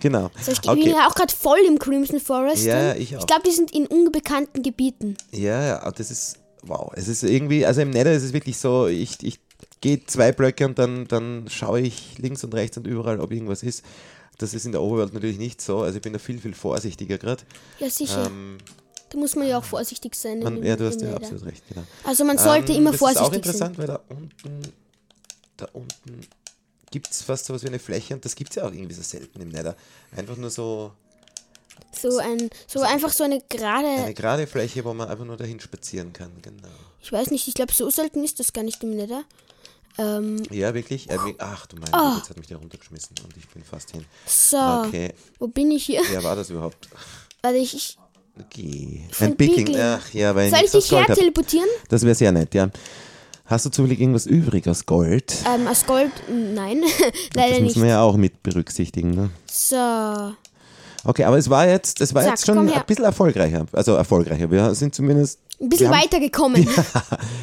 Speaker 2: genau.
Speaker 1: So, ich bin
Speaker 2: Okay.
Speaker 1: ja auch gerade voll im Crimson Forest.
Speaker 2: Ja,
Speaker 1: drin.
Speaker 2: ja, ich auch.
Speaker 1: Ich glaube, die sind in unbekannten Gebieten.
Speaker 2: Ja, ja, aber das ist, wow. Es ist irgendwie, also im Nether ist es wirklich so, ich, ich gehe zwei Blöcke und dann, dann schaue ich links und rechts und überall, ob irgendwas ist. Das ist in der Oberwelt natürlich nicht so. Also ich bin da viel, viel vorsichtiger gerade.
Speaker 1: Ja, sicher.
Speaker 2: Ähm,
Speaker 1: da muss man ja auch vorsichtig sein.
Speaker 2: man-
Speaker 1: im-
Speaker 2: ja, du hast
Speaker 1: im
Speaker 2: ja
Speaker 1: Nether.
Speaker 2: absolut recht, genau.
Speaker 1: Also man sollte
Speaker 2: Ähm,
Speaker 1: immer
Speaker 2: das
Speaker 1: vorsichtig
Speaker 2: ist auch interessant,
Speaker 1: sein.
Speaker 2: weil da unten, da unten gibt es fast sowas wie eine Fläche und das gibt es ja auch irgendwie so selten im Nether. Einfach nur so
Speaker 1: So ein, so einfach so eine gerade.
Speaker 2: eine gerade Fläche, wo man einfach nur dahin spazieren kann. Genau.
Speaker 1: Ich weiß nicht, ich glaube, so selten ist das gar nicht im Nether. Ähm,
Speaker 2: Ja, wirklich. Äh, wie- Ach du meine,
Speaker 1: Ah.
Speaker 2: Güte, jetzt hat mich der runtergeschmissen und ich bin fast hin.
Speaker 1: so.
Speaker 2: Okay,
Speaker 1: Wo bin ich hier?
Speaker 2: wer war das überhaupt?
Speaker 1: Warte, ich. ich
Speaker 2: Okay.
Speaker 1: Von
Speaker 2: Ein Picking.
Speaker 1: Pickling.
Speaker 2: Ach ja, weil ich
Speaker 1: soll ich
Speaker 2: nichts aus
Speaker 1: dich her
Speaker 2: Gold habe.
Speaker 1: teleportieren?
Speaker 2: Das wäre sehr nett, ja. Hast du zufällig irgendwas übrig aus Gold?
Speaker 1: Ähm, aus Gold? Nein, leider
Speaker 2: Das
Speaker 1: nicht.
Speaker 2: müssen wir ja auch mit berücksichtigen. Ne?
Speaker 1: So.
Speaker 2: Okay, aber es war jetzt, es war
Speaker 1: Sag,
Speaker 2: jetzt schon
Speaker 1: komm her.
Speaker 2: ein bisschen erfolgreicher. Also erfolgreicher. Wir sind zumindest,
Speaker 1: Ein bisschen
Speaker 2: Wir haben-
Speaker 1: weitergekommen.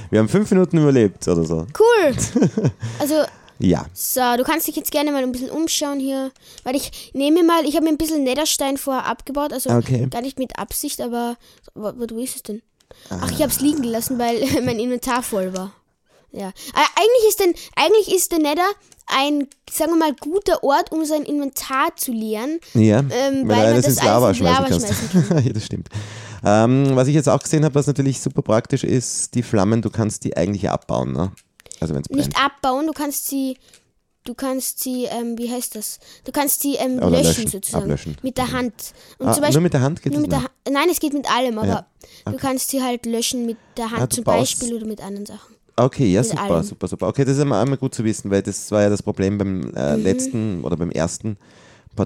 Speaker 2: wir haben fünf Minuten überlebt oder so.
Speaker 1: Cool. Also,
Speaker 2: Ja.
Speaker 1: So, du kannst dich jetzt gerne mal ein bisschen umschauen hier. Weil ich nehme mal, ich habe mir ein bisschen Netherstein vorher abgebaut. Also
Speaker 2: Okay.
Speaker 1: gar nicht mit Absicht, aber. Wo, wo, wo ist es denn?
Speaker 2: Ah.
Speaker 1: Ach, ich habe es liegen gelassen, weil mein Inventar voll war. Ja. Aber eigentlich ist denn, eigentlich ist der Nether ein, sagen wir mal, guter Ort, um sein Inventar zu leeren.
Speaker 2: Ja,
Speaker 1: Ähm, weil
Speaker 2: wenn du
Speaker 1: man
Speaker 2: eines
Speaker 1: das
Speaker 2: ins Lava
Speaker 1: alles ins
Speaker 2: schmeißen
Speaker 1: Lava
Speaker 2: kannst. ja, das stimmt. Ähm, was ich jetzt auch gesehen habe, was natürlich super praktisch ist, die Flammen, du kannst die eigentlich ja abbauen, ne? Also wenn es brennt.
Speaker 1: Nicht abbauen, du kannst sie. Du kannst sie, ähm, wie heißt das? Du kannst sie ähm,
Speaker 2: Oder
Speaker 1: löschen,
Speaker 2: löschen,
Speaker 1: sozusagen.
Speaker 2: ablöschen.
Speaker 1: Mit der Hand. Und
Speaker 2: Ah,
Speaker 1: zum Beispiel,
Speaker 2: nur mit der Hand geht
Speaker 1: Nur
Speaker 2: das
Speaker 1: mit der
Speaker 2: noch? Ah,
Speaker 1: Ha- Nein, es geht mit allem, aber
Speaker 2: Ja,
Speaker 1: du kannst sie halt löschen mit der Hand
Speaker 2: Ah, du
Speaker 1: zum
Speaker 2: baust-
Speaker 1: Beispiel oder mit anderen Sachen.
Speaker 2: Okay, ja,
Speaker 1: Mit
Speaker 2: super,
Speaker 1: allem.
Speaker 2: super, super. Okay, das ist einmal, einmal gut zu wissen, weil das war ja das Problem beim äh,
Speaker 1: Mhm.
Speaker 2: letzten oder beim ersten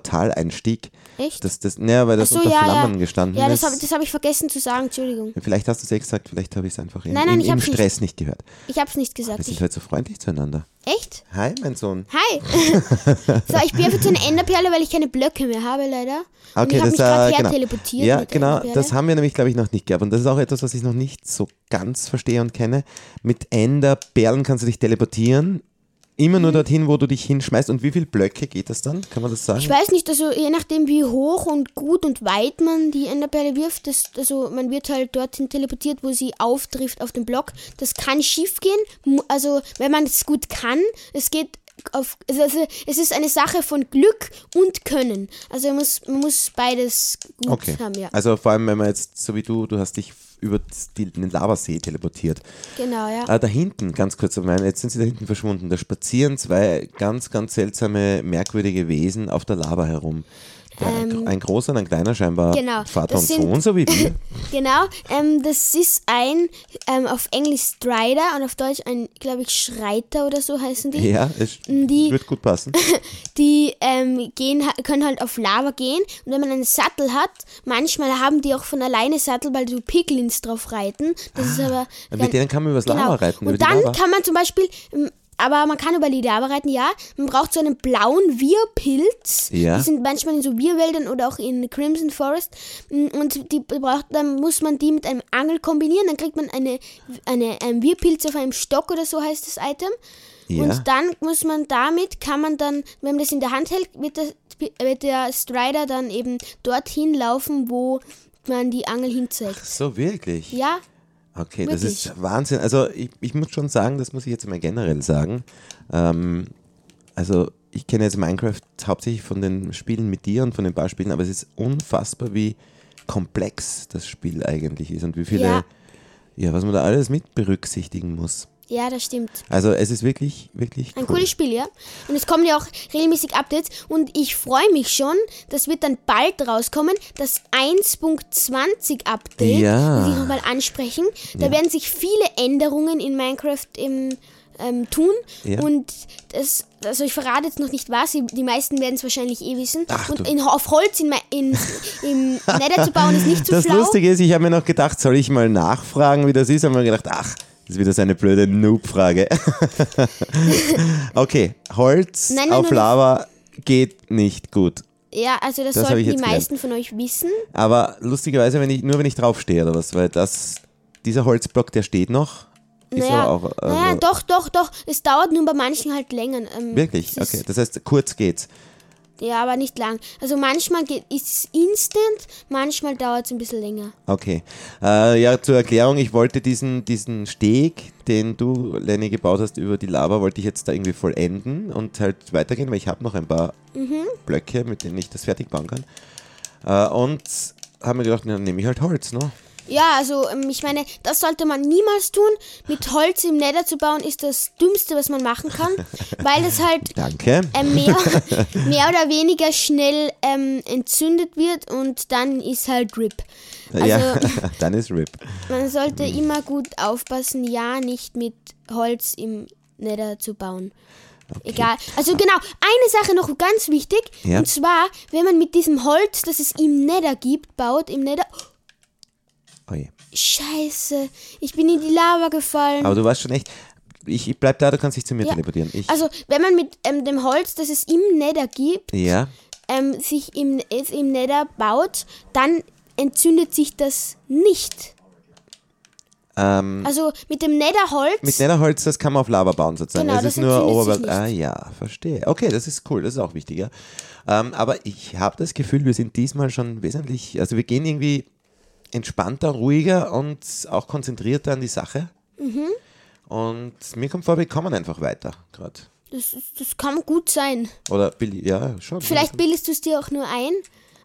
Speaker 2: Portaleinstieg.
Speaker 1: Echt?
Speaker 2: Dass das, naja, weil das
Speaker 1: Ach so,
Speaker 2: unter
Speaker 1: ja,
Speaker 2: Flammen
Speaker 1: ja.
Speaker 2: gestanden
Speaker 1: ja, das
Speaker 2: ist.
Speaker 1: habe das hab ich vergessen zu sagen, Entschuldigung.
Speaker 2: Vielleicht hast du es eh gesagt, vielleicht habe ich es einfach im,
Speaker 1: Nein, nein,
Speaker 2: im,
Speaker 1: ich
Speaker 2: im
Speaker 1: hab's nicht.
Speaker 2: Stress nicht gehört.
Speaker 1: Ich habe es nicht gesagt.
Speaker 2: Wir sind
Speaker 1: Ich,
Speaker 2: heute so freundlich zueinander.
Speaker 1: echt?
Speaker 2: Hi, mein Sohn.
Speaker 1: Hi! so, ich bin einfach zu einer Enderperle, weil ich keine Blöcke mehr habe, leider. Und
Speaker 2: Okay,
Speaker 1: ich habe
Speaker 2: das
Speaker 1: mich gerade
Speaker 2: äh,
Speaker 1: her
Speaker 2: genau.
Speaker 1: teleportiert.
Speaker 2: Ja,
Speaker 1: mit der
Speaker 2: genau.
Speaker 1: Enderperle.
Speaker 2: Das haben wir nämlich, glaube ich, noch nicht gehabt. Und das ist auch etwas, was ich noch nicht so ganz verstehe und kenne. Mit Enderperlen kannst du dich teleportieren. Immer
Speaker 1: Mhm.
Speaker 2: nur dorthin, wo du dich hinschmeißt. Und wie viele Blöcke geht das dann? Kann man das sagen?
Speaker 1: ich weiß nicht, also je nachdem, wie hoch und gut und weit man die Enderperle wirft, das, also man wird halt dorthin teleportiert, wo sie auftrifft auf den Block. Das kann schief gehen, mu- also wenn man es gut kann, es geht auf, also es ist eine Sache von Glück und Können. Also man muss, man muss beides gut
Speaker 2: Okay.
Speaker 1: haben, ja.
Speaker 2: Also vor allem, wenn man jetzt, so wie du, du hast dich über die, den Lavasee teleportiert.
Speaker 1: Genau, ja.
Speaker 2: Ah, da hinten, ganz kurz, ich meine, jetzt sind sie da hinten verschwunden. Da spazieren zwei ganz, ganz seltsame, merkwürdige Wesen auf der Lava herum. Der, ein großer und ein kleiner scheinbar
Speaker 1: Ähm, Genau,
Speaker 2: Vater
Speaker 1: das
Speaker 2: und
Speaker 1: sind-
Speaker 2: Sohn, so wie wir.
Speaker 1: Genau, ähm, das ist ein, ähm, auf Englisch Strider und auf Deutsch ein, glaube ich, Schreiter oder so heißen die.
Speaker 2: ja, es
Speaker 1: Die-
Speaker 2: wird gut passen.
Speaker 1: Die ähm, gehen, ha- können halt auf Lava gehen und wenn man einen Sattel hat, manchmal haben die auch von alleine Sattel, weil so Piglins drauf reiten. Das ist aber...
Speaker 2: Ah,
Speaker 1: Genau.
Speaker 2: Mit denen kann man übers Lava reiten. über
Speaker 1: Und
Speaker 2: die
Speaker 1: dann
Speaker 2: Lava.
Speaker 1: kann man zum Beispiel... ähm, aber man kann über die Lava reiten, ja. Man braucht so einen blauen Wirrpilz.
Speaker 2: Ja.
Speaker 1: Die sind manchmal in so Wirrwäldern oder auch in Crimson Forest. Mm, Und die braucht, dann muss man die mit einem Angel kombinieren. Dann kriegt man eine, eine, einen Wirrpilz auf einem Stock oder so heißt das Item.
Speaker 2: Ja.
Speaker 1: Und dann muss man damit, kann man dann, wenn man das in der Hand hält, wird der, wird der Strider dann eben dorthin laufen, wo man die Angel hinzeigt.
Speaker 2: so, wirklich?
Speaker 1: Ja,
Speaker 2: Okay, das
Speaker 1: Wirklich.
Speaker 2: ist Wahnsinn. Also ich, ich muss schon sagen, das muss ich jetzt mal generell sagen. Ähm, also ich kenne jetzt Minecraft hauptsächlich von den Spielen mit dir und von den paar Spielen, aber es ist unfassbar, wie komplex das Spiel eigentlich ist und wie viele, ja,
Speaker 1: Ja.
Speaker 2: was man da alles mit berücksichtigen muss.
Speaker 1: ja, das stimmt.
Speaker 2: Also es ist wirklich, wirklich
Speaker 1: Ein
Speaker 2: cool.
Speaker 1: cooles Spiel, ja. Und es kommen ja auch regelmäßig Updates und ich freue mich schon, das wird dann bald rauskommen, das 1.20 Update,
Speaker 2: Ja.
Speaker 1: das ich nochmal ansprechen. Da werden sich viele Änderungen in Minecraft im, ähm, tun
Speaker 2: Ja.
Speaker 1: und das, also ich verrate jetzt noch nicht was, die meisten werden es wahrscheinlich eh wissen.
Speaker 2: Ach
Speaker 1: und
Speaker 2: du.
Speaker 1: in, auf Holz in, Ma- in, im Nether zu bauen ist nicht so
Speaker 2: das
Speaker 1: schlau.
Speaker 2: Lustige ist, ich habe mir noch gedacht, soll ich mal nachfragen, wie das ist? Haben wir gedacht, ach, das ist wieder so eine blöde Noob-Frage. okay, Holz
Speaker 1: Nein, nein,
Speaker 2: auf
Speaker 1: nein.
Speaker 2: Lava geht nicht gut.
Speaker 1: Ja, also das,
Speaker 2: Das habe
Speaker 1: sollten
Speaker 2: ich
Speaker 1: die
Speaker 2: jetzt gelernt.
Speaker 1: meisten von euch wissen.
Speaker 2: Aber lustigerweise, wenn ich, nur wenn ich draufstehe oder was, weil das, dieser Holzblock, der steht noch. Ist
Speaker 1: Naja,
Speaker 2: aber auch, also,
Speaker 1: naja, doch, doch, doch. Es dauert nur bei manchen halt länger. Ähm,
Speaker 2: Wirklich,
Speaker 1: es ist-
Speaker 2: okay. Das heißt, kurz geht's.
Speaker 1: Ja, aber nicht lang. Also manchmal geht, ist es instant, manchmal dauert es ein bisschen länger.
Speaker 2: Okay. Äh, ja, zur Erklärung, ich wollte diesen, diesen Steg, den du, Lenny, gebaut hast über die Lava, wollte ich jetzt da irgendwie vollenden und halt weitergehen, weil ich habe noch ein paar
Speaker 1: Mhm.
Speaker 2: Blöcke, mit denen ich das fertig bauen kann. Äh, und haben mir gedacht, na, dann nehme ich halt Holz, ne?
Speaker 1: Ja, also ähm, ich meine, das sollte man niemals tun. Mit Holz im Nether zu bauen ist das Dümmste, was man machen kann, weil es halt
Speaker 2: Danke.
Speaker 1: ähm, mehr, mehr oder weniger schnell ähm, entzündet wird und dann ist halt RIP. Also
Speaker 2: ja, dann ist RIP.
Speaker 1: man sollte immer gut aufpassen, ja, nicht mit Holz im Nether zu bauen. Egal. Also genau, eine Sache noch ganz wichtig.
Speaker 2: Ja.
Speaker 1: Und zwar, wenn man mit diesem Holz, das es im Nether gibt, baut, im Nether.
Speaker 2: Oje.
Speaker 1: Scheiße, ich bin in die Lava gefallen.
Speaker 2: Aber du warst schon echt. Ich, ich bleib da, du kannst dich zu mir
Speaker 1: Ja.
Speaker 2: teleportieren. Ich,
Speaker 1: Also, wenn man mit ähm, dem Holz, das es im Nether gibt,
Speaker 2: ja.
Speaker 1: ähm, sich im, es im Nether baut, dann entzündet sich das nicht.
Speaker 2: Ähm,
Speaker 1: Also mit dem Netherholz.
Speaker 2: mit Netherholz, das kann man auf Lava bauen sozusagen.
Speaker 1: Genau,
Speaker 2: es
Speaker 1: das
Speaker 2: ist nur
Speaker 1: entzündet sich
Speaker 2: Oberwelt.
Speaker 1: nicht.
Speaker 2: Ah ja, verstehe. Okay, das ist cool, das ist auch wichtiger. Ähm, aber ich habe das Gefühl, wir sind diesmal schon wesentlich, also wir gehen irgendwie entspannter, ruhiger und auch konzentrierter an die Sache.
Speaker 1: Mhm.
Speaker 2: Und mir kommt vor, wir kommen einfach weiter gerade.
Speaker 1: das, ist- das kann gut sein.
Speaker 2: Oder Billy, ja, schon.
Speaker 1: Vielleicht bildest du es dir auch nur ein,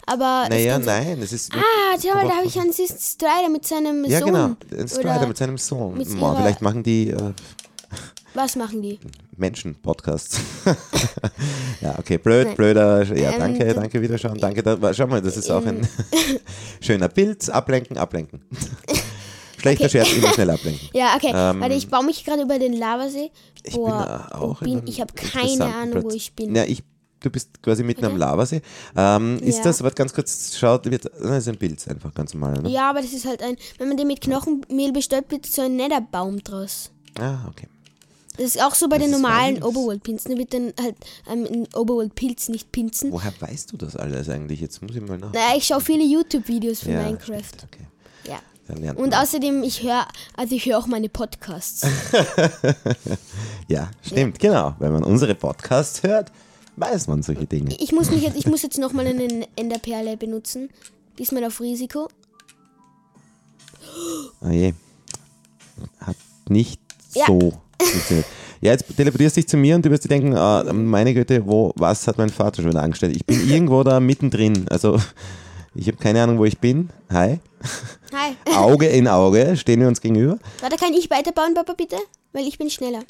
Speaker 1: aber. es
Speaker 2: Naja,
Speaker 1: kann sein-
Speaker 2: nein, es ist.
Speaker 1: Ah, schau mal,
Speaker 2: Aber-
Speaker 1: da habe ich einen Sis- Strider mit seinem
Speaker 2: ja,
Speaker 1: Sohn.
Speaker 2: genau. Ein Strider
Speaker 1: Oder
Speaker 2: mit seinem Sohn.
Speaker 1: mit
Speaker 2: Boah,
Speaker 1: ihrer-
Speaker 2: vielleicht machen die äh,
Speaker 1: Was machen die?
Speaker 2: Menschen-Podcasts. ja, okay, blöd, blöder. Ja,
Speaker 1: Ähm,
Speaker 2: danke,
Speaker 1: d-
Speaker 2: danke, Wiederschauen. Danke, da, schau mal, das ist auch ein schöner Bild. Ablenken, ablenken. Schlechter Scherz, immer schnell ablenken.
Speaker 1: Ja, okay.
Speaker 2: Ähm,
Speaker 1: Warte, ich baue mich gerade über den Lavasee.
Speaker 2: Ich
Speaker 1: Boah,
Speaker 2: bin äh,
Speaker 1: wo
Speaker 2: auch
Speaker 1: bin-
Speaker 2: in
Speaker 1: ich habe keine Ahnung, wo ich bin.
Speaker 2: Ja, ich, du bist quasi mitten am Lavasee. Ähm, ist
Speaker 1: Ja.
Speaker 2: das, warte ganz kurz, schaut, wird, das ist ein Bild einfach ganz normal, ne?
Speaker 1: Ja, aber das ist halt ein. Wenn man den mit Knochenmehl bestäubt, wird so ein Netherbaum draus.
Speaker 2: Ah, okay.
Speaker 1: Das ist auch so bei den
Speaker 2: ist
Speaker 1: normalen
Speaker 2: wahnsinnig.
Speaker 1: Oberworld-Pilzen. Da wird dann halt ähm, ein Oberworld-Pilz, nicht Pinzen.
Speaker 2: Woher weißt du das alles eigentlich? Jetzt muss ich mal nach.
Speaker 1: Naja, ich schaue viele YouTube-Videos von
Speaker 2: Ja,
Speaker 1: Minecraft.
Speaker 2: stimmt, Okay.
Speaker 1: Ja.
Speaker 2: Dann lernt
Speaker 1: Und
Speaker 2: man.
Speaker 1: außerdem, ich höre, also ich höre auch meine Podcasts.
Speaker 2: Ja, stimmt, genau. Wenn man unsere Podcasts hört, weiß man solche Dinge.
Speaker 1: Ich muss mich jetzt, ich muss jetzt nochmal eine Enderperle benutzen. Diesmal auf Risiko.
Speaker 2: Oh je. Hat nicht
Speaker 1: Ja.
Speaker 2: so funktioniert. ja, jetzt teleportierst dich zu mir und du wirst dir denken, ah, meine Güte, wo, was hat mein Vater schon wieder angestellt? Ich bin irgendwo da mittendrin. Also ich habe keine Ahnung, wo ich bin. Hi.
Speaker 1: Hi.
Speaker 2: Auge in Auge, stehen wir uns gegenüber.
Speaker 1: Warte, kann ich weiterbauen, Papa, bitte? Weil ich bin schneller.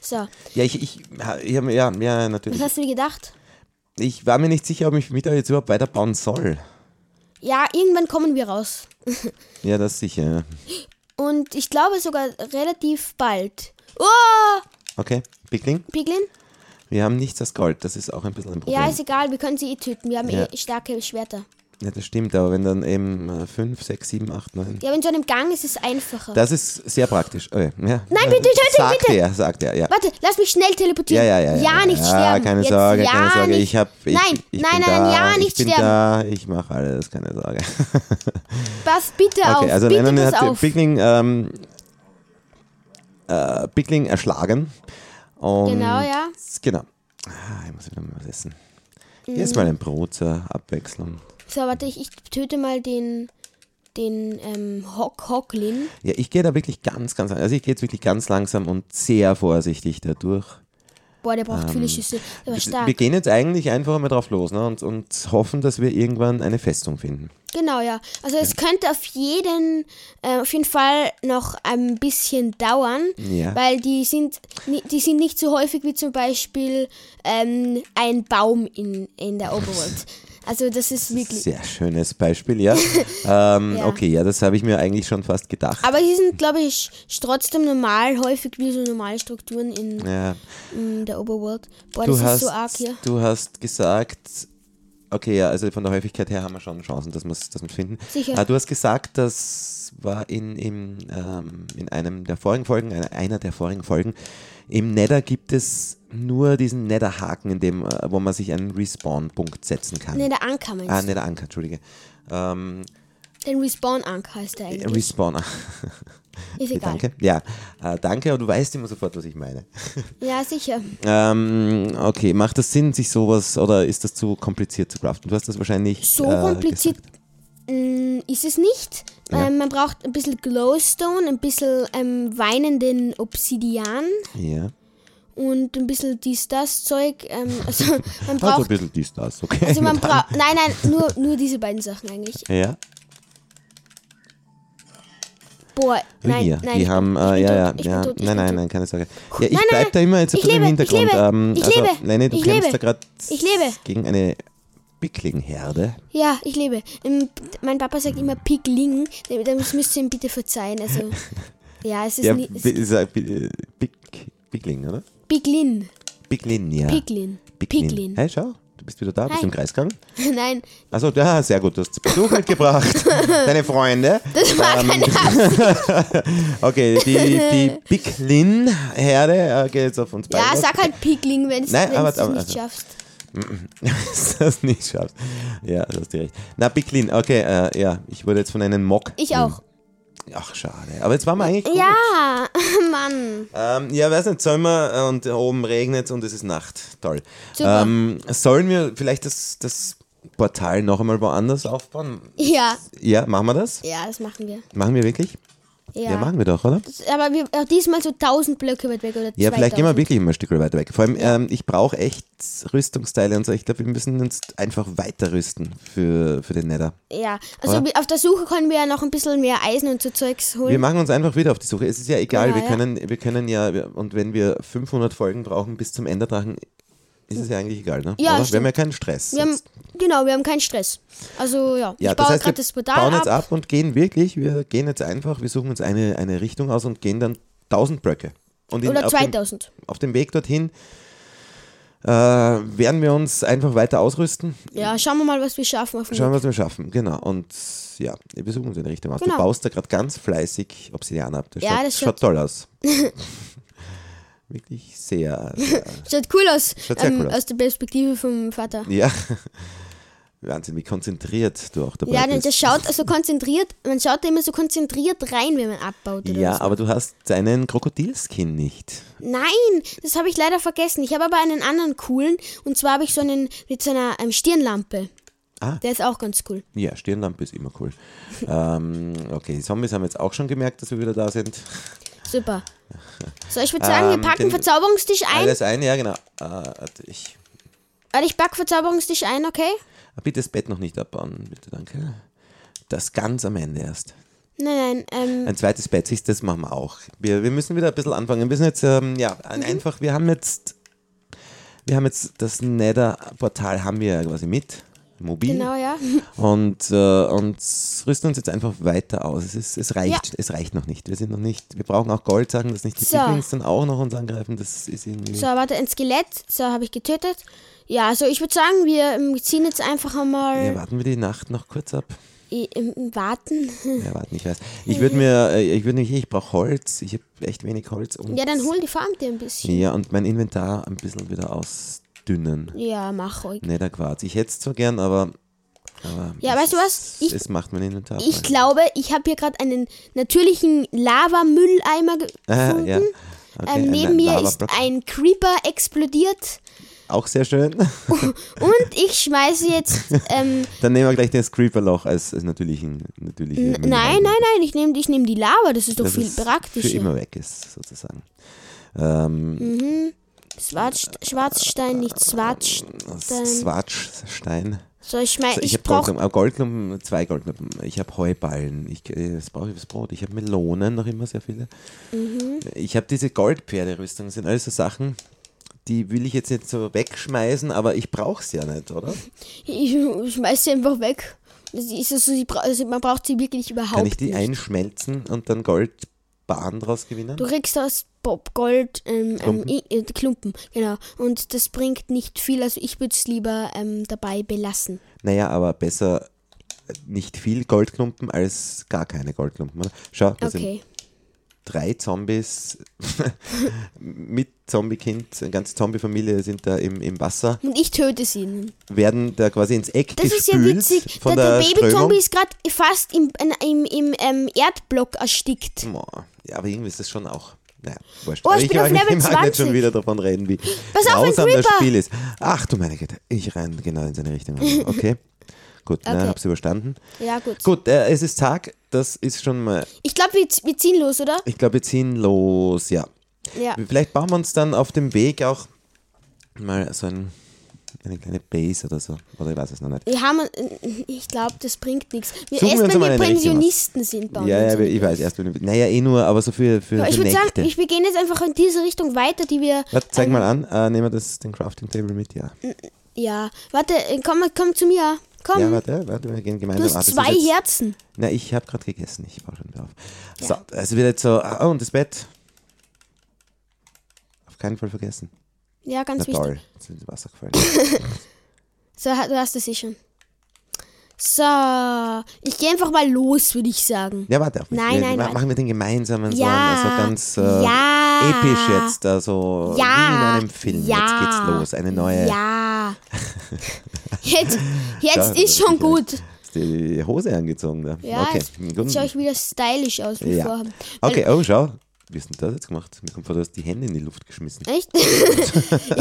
Speaker 1: So,
Speaker 2: Ja, ich, ich, ich hab- ja, ja, natürlich.
Speaker 1: was hast du dir gedacht?
Speaker 2: Ich war mir nicht sicher, ob ich mit euch jetzt überhaupt weiterbauen soll.
Speaker 1: Ja, irgendwann kommen wir raus.
Speaker 2: Ja, das sicher. ja.
Speaker 1: Und ich glaube sogar relativ bald. Oh,
Speaker 2: Okay, Pickling,
Speaker 1: Piglin?
Speaker 2: wir haben nichts als Gold. Das ist auch ein bisschen ein Problem.
Speaker 1: Ja, ist egal, wir können sie eh töten. Wir haben
Speaker 2: Ja.
Speaker 1: eh starke Schwerter.
Speaker 2: Ja, das stimmt, aber wenn dann eben äh, 5, 6, 7, 8, 9.
Speaker 1: Ja, aber in so einem Gang ist es einfacher.
Speaker 2: Das ist sehr praktisch. Okay, ja.
Speaker 1: Nein, bitte, töte ihn,
Speaker 2: sagt
Speaker 1: bitte.
Speaker 2: er, sagt er, ja.
Speaker 1: Warte, lass mich schnell teleportieren.
Speaker 2: Ja, ja, ja.
Speaker 1: Ja, nicht sterben.
Speaker 2: keine
Speaker 1: Jetzt
Speaker 2: Sorge,
Speaker 1: ja
Speaker 2: keine Sorge.
Speaker 1: Nicht.
Speaker 2: Ich hab, ich,
Speaker 1: nein,
Speaker 2: ich
Speaker 1: nein, nein,
Speaker 2: bin da,
Speaker 1: ja,
Speaker 2: ich
Speaker 1: nicht
Speaker 2: bin
Speaker 1: sterben.
Speaker 2: da, ich mache alles, keine Sorge.
Speaker 1: Pass bitte auf.
Speaker 2: Okay, also
Speaker 1: bitte
Speaker 2: Lennon
Speaker 1: pass
Speaker 2: hat
Speaker 1: auf.
Speaker 2: Pickling, ähm, äh, Pickling erschlagen. Und
Speaker 1: Genau, ja.
Speaker 2: Genau. Ah, ich muss wieder mal was essen. Jetzt mal ein Brot zur Abwechslung.
Speaker 1: So, warte, ich, ich töte mal den, den ähm, Hock Hocklin.
Speaker 2: Ja, ich gehe da wirklich ganz, ganz, also ich gehe jetzt wirklich ganz langsam und sehr vorsichtig da durch.
Speaker 1: Boah, der braucht viele Schüsse. Der war
Speaker 2: Ähm, Wir
Speaker 1: stark.
Speaker 2: gehen jetzt eigentlich einfach mal drauf los ne? und, und hoffen, dass wir irgendwann eine Festung finden.
Speaker 1: Genau, ja. Also es könnte auf jeden, äh, auf jeden Fall noch ein bisschen dauern,
Speaker 2: Ja.
Speaker 1: weil die sind, ni- die sind nicht so häufig wie zum Beispiel ähm, ein Baum in, in der Oberwelt. Also das ist wirklich.
Speaker 2: Sehr schönes Beispiel, ja. ähm,
Speaker 1: Ja.
Speaker 2: Okay, ja, das habe ich mir eigentlich schon fast gedacht.
Speaker 1: Aber die sind, glaube ich, trotzdem normal, häufig wie so normale Strukturen in,
Speaker 2: ja.
Speaker 1: in der Oberworld. Boah,
Speaker 2: du,
Speaker 1: das
Speaker 2: hast,
Speaker 1: ist so arg hier.
Speaker 2: du hast gesagt, okay, ja, also von der Häufigkeit her haben wir schon Chancen, dass wir es dass wir's finden.
Speaker 1: Sicher.
Speaker 2: Ah, du hast gesagt, das war in, im, ähm, in einem der vorigen Folgen, einer, einer der vorigen Folgen, im Nether gibt es nur diesen Nether-Haken, in dem, äh, wo man sich einen Respawn-Punkt setzen kann.
Speaker 1: Ne, der Anker meinst
Speaker 2: Ah,
Speaker 1: du?
Speaker 2: nicht der Anker, Entschuldige. Ähm,
Speaker 1: Den Respawn-Anker heißt der eigentlich.
Speaker 2: Respawner.
Speaker 1: Ist egal.
Speaker 2: Danke. Ja, äh, danke, aber du weißt immer sofort, was ich meine.
Speaker 1: Ja, sicher.
Speaker 2: Ähm, okay, macht das Sinn, sich sowas, oder ist das zu kompliziert zu craften? Du hast das wahrscheinlich.
Speaker 1: So
Speaker 2: äh,
Speaker 1: kompliziert mm, ist es nicht. Ähm, man braucht ein bisschen Glowstone, ein bisschen ähm, weinenden Obsidian
Speaker 2: Gesagt. Ja.
Speaker 1: und ein bisschen dies, das Zeug. Ähm, also man
Speaker 2: Also ein
Speaker 1: braucht.
Speaker 2: bisschen dies, das, okay.
Speaker 1: Also man
Speaker 2: Na dann.
Speaker 1: braucht. Nein, nein, nur, nur diese beiden Sachen eigentlich.
Speaker 2: Ja.
Speaker 1: Boah, nein,
Speaker 2: Hier,
Speaker 1: nein.
Speaker 2: die
Speaker 1: ich
Speaker 2: haben,
Speaker 1: bin,
Speaker 2: äh,
Speaker 1: ich bin
Speaker 2: ja, ja,
Speaker 1: tot, ich bin
Speaker 2: ja,
Speaker 1: tot, ich bin
Speaker 2: nein, nein,
Speaker 1: tot.
Speaker 2: nein, keine Sorge. Ja, ich
Speaker 1: Nein,
Speaker 2: bleib
Speaker 1: nein,
Speaker 2: da immer jetzt ein
Speaker 1: ich
Speaker 2: bisschen im
Speaker 1: lebe, ich
Speaker 2: Hintergrund.
Speaker 1: lebe,
Speaker 2: ähm,
Speaker 1: ich
Speaker 2: also,
Speaker 1: lebe,
Speaker 2: Lenny, du
Speaker 1: ich
Speaker 2: kämpfst
Speaker 1: lebe,
Speaker 2: da gerade
Speaker 1: ich lebe.
Speaker 2: gegen eine Pickling-Herde.
Speaker 1: Ja, ich lebe. Ähm, mein Papa sagt immer Pigling. Äh, Das müsst ihr ihm bitte verzeihen. Also, ja, es ist
Speaker 2: Ja,
Speaker 1: nie, es
Speaker 2: bi- ist, äh, bi- äh, Pick- Pickling, oder?
Speaker 1: Piglin.
Speaker 2: Piglin, ja.
Speaker 1: Piglin.
Speaker 2: Piglin.
Speaker 1: Piglin.
Speaker 2: Hey, schau, du bist wieder da, bist
Speaker 1: Hi.
Speaker 2: im Kreisgang.
Speaker 1: Nein,
Speaker 2: Achso, ja, sehr gut, du hast Besuch mitgebracht. Deine Freunde.
Speaker 1: das war keine Absicht.
Speaker 2: Okay, die, die Piglin-Herde äh, geht jetzt auf uns beide.
Speaker 1: Ja,
Speaker 2: los.
Speaker 1: sag halt Pigling, wenn du
Speaker 2: Nein, aber-
Speaker 1: es nicht
Speaker 2: aber- also-
Speaker 1: schaffst.
Speaker 2: Dass du das nicht schaffst. Ja, du hast recht. Na, Piglin, okay, äh, ja, ich wurde jetzt von einem Mock.
Speaker 1: Ich auch.
Speaker 2: Ach, schade. Aber jetzt waren wir eigentlich gut.
Speaker 1: Ja, Mann.
Speaker 2: Ähm, ja, weiß nicht, sollen wir, äh, und oben regnet und es ist Nacht. Toll.
Speaker 1: Super.
Speaker 2: Ähm, sollen wir vielleicht das, das Portal noch einmal woanders aufbauen?
Speaker 1: Ja,
Speaker 2: Ja, machen wir das?
Speaker 1: ja, das machen wir.
Speaker 2: Machen wir wirklich?
Speaker 1: Ja.
Speaker 2: Ja, machen wir doch, oder?
Speaker 1: Aber wir auch diesmal so 1000 Blöcke weit weg oder
Speaker 2: Ja, vielleicht gehen wir
Speaker 1: 2000.
Speaker 2: wirklich immer ein Stück weiter weg. Vor allem, ähm, ich brauche echt Rüstungsteile und so. Ich glaube, wir müssen uns einfach weiter rüsten für, für den Nether.
Speaker 1: Ja, also
Speaker 2: Oder?
Speaker 1: wir- auf der Suche können wir ja noch ein bisschen mehr Eisen und so Zeugs
Speaker 2: Wir
Speaker 1: holen.
Speaker 2: machen uns einfach wieder auf die Suche. Es ist ja egal,
Speaker 1: Ja,
Speaker 2: wir,
Speaker 1: ja.
Speaker 2: Können, wir können ja, wir- und wenn wir 500 Folgen brauchen bis zum Enderdrachen, ist es ja eigentlich egal, ne?
Speaker 1: Ja,
Speaker 2: Oder? Wir
Speaker 1: stimmt.
Speaker 2: haben ja keinen Stress.
Speaker 1: Wir haben,
Speaker 2: jetzt.
Speaker 1: genau, wir haben keinen Stress. Also ja,
Speaker 2: ja,
Speaker 1: ich baue
Speaker 2: das heißt, wir
Speaker 1: gerade das Portal
Speaker 2: bauen jetzt
Speaker 1: ab.
Speaker 2: ab und gehen wirklich, wir gehen jetzt einfach, wir suchen uns eine, eine Richtung aus und gehen dann 1000 Blöcke. Und in-
Speaker 1: Oder
Speaker 2: auf dem-
Speaker 1: 2000.
Speaker 2: auf dem Weg dorthin äh, werden wir uns einfach weiter ausrüsten.
Speaker 1: Ja, schauen wir mal, was wir schaffen auf dem
Speaker 2: Schauen
Speaker 1: Weg.
Speaker 2: wir, was wir schaffen. Genau. Und ja, wir suchen uns in die Richtung aus.
Speaker 1: Genau.
Speaker 2: Du baust da gerade ganz fleißig Obsidian ab. Das,
Speaker 1: Ja,
Speaker 2: schaut,
Speaker 1: das
Speaker 2: schaut,
Speaker 1: schaut-
Speaker 2: toll aus. Wirklich sehr, sehr
Speaker 1: Schaut cool aus.
Speaker 2: Schaut sehr
Speaker 1: ähm,
Speaker 2: cool aus.
Speaker 1: Aus der Perspektive vom Vater.
Speaker 2: ja. Wahnsinn, wie konzentriert du auch dabei
Speaker 1: Ja,
Speaker 2: bist.
Speaker 1: das schaut so konzentriert, man schaut da immer so konzentriert rein, wenn man abbaut. Oder
Speaker 2: ja,
Speaker 1: was.
Speaker 2: aber du hast deinen Krokodilskin nicht.
Speaker 1: Nein, das habe ich leider vergessen. Ich habe aber einen anderen coolen. Und zwar habe ich so einen mit so einer ähm, Stirnlampe.
Speaker 2: Ah.
Speaker 1: Der ist auch ganz cool.
Speaker 2: Ja, Stirnlampe ist immer cool. ähm, okay, die Zombies haben jetzt auch schon gemerkt, dass wir wieder da sind.
Speaker 1: Super. So, ich würde sagen, wir
Speaker 2: Ähm,
Speaker 1: packen
Speaker 2: den-
Speaker 1: Verzauberungstisch ein.
Speaker 2: Alles ein, ja, genau. Äh, ich, ah,
Speaker 1: Warte, ich pack Verzauberungstisch ein, okay?
Speaker 2: bitte das Bett noch nicht abbauen, bitte, danke. Das ganz am Ende erst.
Speaker 1: Nein, nein, ähm,
Speaker 2: Ein zweites Bett, siehst du, das machen wir auch. Wir, wir müssen wieder ein bisschen anfangen. Wir sind jetzt, ähm, ja,
Speaker 1: Mhm.
Speaker 2: ein- einfach, wir haben jetzt, wir haben jetzt das Nether-Portal haben wir ja quasi mit, mobil.
Speaker 1: genau, ja.
Speaker 2: Und, äh, und rüsten uns jetzt einfach weiter aus. Es, ist, es, reicht, es reicht noch nicht. Wir sind noch nicht, wir brauchen auch Gold, sagen das nicht. Die
Speaker 1: So.
Speaker 2: Picklings dann auch noch uns angreifen, das ist irgendwie...
Speaker 1: So, warte, ein Skelett. So, habe ich getötet. Ja, also ich würde sagen, wir ähm, ziehen jetzt einfach
Speaker 2: Ja,
Speaker 1: einmal
Speaker 2: warten wir die Nacht noch kurz ab.
Speaker 1: i- im warten.
Speaker 2: Ja, warten, ich weiß. Ich würde mir, äh, ich würde mich, ich brauche Holz. Ich habe echt wenig Holz. Und,
Speaker 1: Ja, dann hol die Farm dir ein bisschen.
Speaker 2: Ja, und mein Inventar ein bisschen wieder ausdünnen.
Speaker 1: Ja, mach ruhig.
Speaker 2: Netherquarz. Ich hätte es zwar gern, aber. aber
Speaker 1: Ja,
Speaker 2: es
Speaker 1: weißt du was?
Speaker 2: ist-
Speaker 1: Ich-
Speaker 2: es macht mein Inventar.
Speaker 1: Ich glaube, ich habe hier gerade einen natürlichen Lavamülleimer ge-
Speaker 2: Ah,
Speaker 1: gefunden.
Speaker 2: ja. Okay,
Speaker 1: ähm,
Speaker 2: ein
Speaker 1: neben mir ist
Speaker 2: Lavablock.
Speaker 1: ein Creeper explodiert
Speaker 2: Auch sehr schön.
Speaker 1: und ich schmeiße jetzt. Ähm,
Speaker 2: Dann nehmen wir gleich das Creeperloch als, als natürlichen. natürlichen
Speaker 1: nein, nein, nein, ich nehme ich nehm die Lava, das ist doch
Speaker 2: Das
Speaker 1: viel
Speaker 2: ist Für
Speaker 1: praktischer.
Speaker 2: immer weg ist, sozusagen. Ähm,
Speaker 1: Schwarz, Schwarzstein, nicht Schwarz. dann-
Speaker 2: Swatchstein.
Speaker 1: So, ich schmeiß.
Speaker 2: So,
Speaker 1: ich
Speaker 2: ich habe
Speaker 1: brauche.
Speaker 2: Goldklumpen, äh, Goldklumpen, zwei Goldklumpen. Ich habe Heuballen. Ich, äh, das brauche ich fürs Brot. Ich habe Melonen, noch immer sehr viele.
Speaker 1: Mhm.
Speaker 2: Ich habe diese Goldpferderüstung. Das sind alles so Sachen, die will ich jetzt nicht so wegschmeißen, aber ich brauche es ja nicht, oder?
Speaker 1: Ich, ich schmeiß sie einfach weg. Sie ist also, sie bra also man braucht sie wirklich überhaupt
Speaker 2: Kann ich die
Speaker 1: nicht.
Speaker 2: einschmelzen und dann Goldbahn draus gewinnen?
Speaker 1: Du kriegst aus Bob Gold ähm, Klumpen. Ähm, i- äh, Klumpen, genau. Und das bringt nicht viel, also ich würde es lieber ähm, dabei belassen.
Speaker 2: Naja, aber besser nicht viel Goldklumpen als gar keine Goldklumpen, oder? Schau, da sind
Speaker 1: Okay.
Speaker 2: drei Zombies mit Zombie-Kind, eine ganze Zombie-Familie sind da im, im Wasser.
Speaker 1: Und ich töte sie.
Speaker 2: werden da quasi ins Eck
Speaker 1: Das ist ja
Speaker 2: gespült
Speaker 1: witzig.
Speaker 2: von
Speaker 1: der
Speaker 2: der,
Speaker 1: der Baby-Zombie
Speaker 2: Strömung.
Speaker 1: ist gerade fast im, im, im ähm, Erdblock erstickt.
Speaker 2: Boah, Ja, aber irgendwie ist das schon auch. Naja, wurscht.
Speaker 1: Oh,
Speaker 2: Aber
Speaker 1: ich
Speaker 2: ich
Speaker 1: bin auf
Speaker 2: mag, ich
Speaker 1: Level
Speaker 2: mag nicht
Speaker 1: 20.
Speaker 2: schon wieder davon reden, wie
Speaker 1: Pass auf, ein
Speaker 2: grausam das
Speaker 1: Creeper.
Speaker 2: Spiel ist. Ach du meine Güte, ich renn genau in seine Richtung. Okay, gut, na,
Speaker 1: Okay.
Speaker 2: hab's überstanden.
Speaker 1: Ja, gut.
Speaker 2: Gut, äh, es ist Tag, das ist schon mal,
Speaker 1: Ich glaube, wir, z- wir ziehen los, oder?
Speaker 2: ich glaube, wir ziehen los, ja.
Speaker 1: Ja.
Speaker 2: Vielleicht bauen Äh, wir uns dann auf dem Weg auch mal so ein, eine kleine Base oder so, oder ich weiß es noch nicht.
Speaker 1: Wir haben, äh, ich glaube, das bringt nichts. Wir
Speaker 2: Suchen wir
Speaker 1: erst,
Speaker 2: uns
Speaker 1: wenn
Speaker 2: mal
Speaker 1: wir
Speaker 2: eine Richtung
Speaker 1: Pensionisten sind, bauen wir
Speaker 2: Ja,
Speaker 1: uns
Speaker 2: ja,
Speaker 1: eine
Speaker 2: ich weiß,
Speaker 1: Base.
Speaker 2: erst, wenn- naja, eh nur, aber so für, für,
Speaker 1: Aber
Speaker 2: für
Speaker 1: ich würde sagen,
Speaker 2: Nächte.
Speaker 1: ich, wir gehen jetzt einfach in diese Richtung weiter, die wir.
Speaker 2: Warte, zeig mal an. Äh, nehmen wir das, den Crafting Table mit, ja.
Speaker 1: Ähm, Ja, warte, äh, komm, komm zu mir. Komm.
Speaker 2: Ja, warte, warte, wir gehen
Speaker 1: Du
Speaker 2: gemeinsam.
Speaker 1: hast
Speaker 2: Ah, das ist
Speaker 1: zwei
Speaker 2: jetzt-
Speaker 1: Herzen.
Speaker 2: Na, ich habe gerade gegessen, ich war schon wieder auf. So, also wird jetzt so, ah, und das Bett. Auf keinen Fall vergessen.
Speaker 1: Ja, ganz
Speaker 2: Na
Speaker 1: wichtig.
Speaker 2: toll, jetzt sind ins Wasser gefallen.
Speaker 1: So, ha- du hast es eh schon. So, ich gehe einfach mal los, würde ich sagen.
Speaker 2: Ja, warte auf mich.
Speaker 1: Nein,
Speaker 2: wir,
Speaker 1: nein,
Speaker 2: ma-
Speaker 1: nein.
Speaker 2: Machen wir den gemeinsamen so,
Speaker 1: Ja.
Speaker 2: also ganz äh,
Speaker 1: Ja.
Speaker 2: episch jetzt, also
Speaker 1: Ja.
Speaker 2: wie in einem Film.
Speaker 1: Ja.
Speaker 2: Jetzt geht's los, eine neue.
Speaker 1: Ja. jetzt
Speaker 2: Ja,
Speaker 1: jetzt ist
Speaker 2: das
Speaker 1: schon
Speaker 2: ist echt-
Speaker 1: gut.
Speaker 2: Ist die Hose angezogen da.
Speaker 1: Ja,
Speaker 2: okay.
Speaker 1: jetzt jetzt schaue ich wieder stylisch aus wie
Speaker 2: ja.
Speaker 1: vorher.
Speaker 2: Okay, oh, schau. Wie hast du denn das jetzt gemacht? Mir kommt vor, du hast die Hände in die Luft geschmissen.
Speaker 1: Echt? ich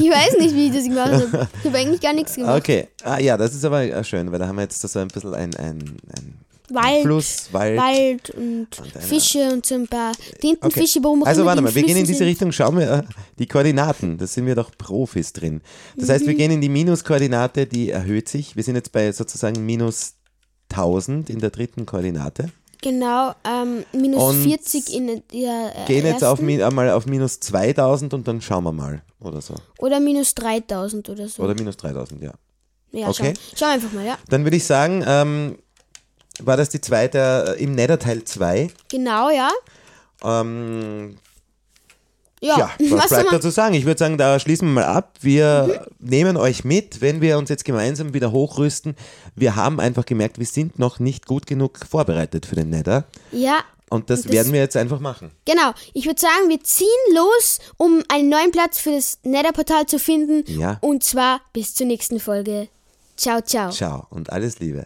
Speaker 1: weiß nicht, wie ich das gemacht habe. Ich habe eigentlich gar nichts gemacht.
Speaker 2: Okay, ah, ja, das ist aber äh, schön, weil da haben wir jetzt so ein bisschen ein, ein, ein
Speaker 1: Wald,
Speaker 2: Fluss, Wald.
Speaker 1: Wald und
Speaker 2: Und eine-
Speaker 1: Fische und so ein paar Tintenfische, warum auch
Speaker 2: Also
Speaker 1: immer
Speaker 2: warte
Speaker 1: die
Speaker 2: mal, wir
Speaker 1: Flüssen
Speaker 2: gehen in diese
Speaker 1: sind.
Speaker 2: Richtung, schauen wir äh, die Koordinaten, da sind wir doch Profis drin. Das heißt, wir
Speaker 1: Mhm.
Speaker 2: gehen in die Minuskoordinate, die erhöht sich. Wir sind jetzt bei sozusagen minus 1000 in der dritten Koordinate.
Speaker 1: Genau, ähm, minus
Speaker 2: Und
Speaker 1: 40 in der äh,
Speaker 2: Gehen jetzt auf,
Speaker 1: ersten
Speaker 2: mi- einmal auf minus 2000 und dann schauen wir mal oder so.
Speaker 1: oder minus 3000 oder so.
Speaker 2: Oder minus 3000, ja.
Speaker 1: ja,
Speaker 2: okay.
Speaker 1: Schau, schau einfach mal, ja.
Speaker 2: Dann würde ich sagen, ähm, war das die zweite äh, im Nether Teil 2.
Speaker 1: Genau, ja.
Speaker 2: Ähm,
Speaker 1: Ja,
Speaker 2: Ja, was
Speaker 1: was soll
Speaker 2: bleibt
Speaker 1: man,
Speaker 2: dazu sagen? Ich würde sagen, da schließen wir mal ab. Wir nehmen euch mit, wenn wir uns jetzt gemeinsam wieder hochrüsten. Wir haben einfach gemerkt, wir sind noch nicht gut genug vorbereitet für den Nether.
Speaker 1: ja,
Speaker 2: Und das,
Speaker 1: Und das-
Speaker 2: werden wir jetzt einfach machen.
Speaker 1: genau. Ich würde sagen, wir ziehen los, um einen neuen Platz für das Nether-Portal zu finden.
Speaker 2: Ja.
Speaker 1: Und zwar bis zur nächsten Folge. Ciao, ciao.
Speaker 2: Ciao und alles Liebe.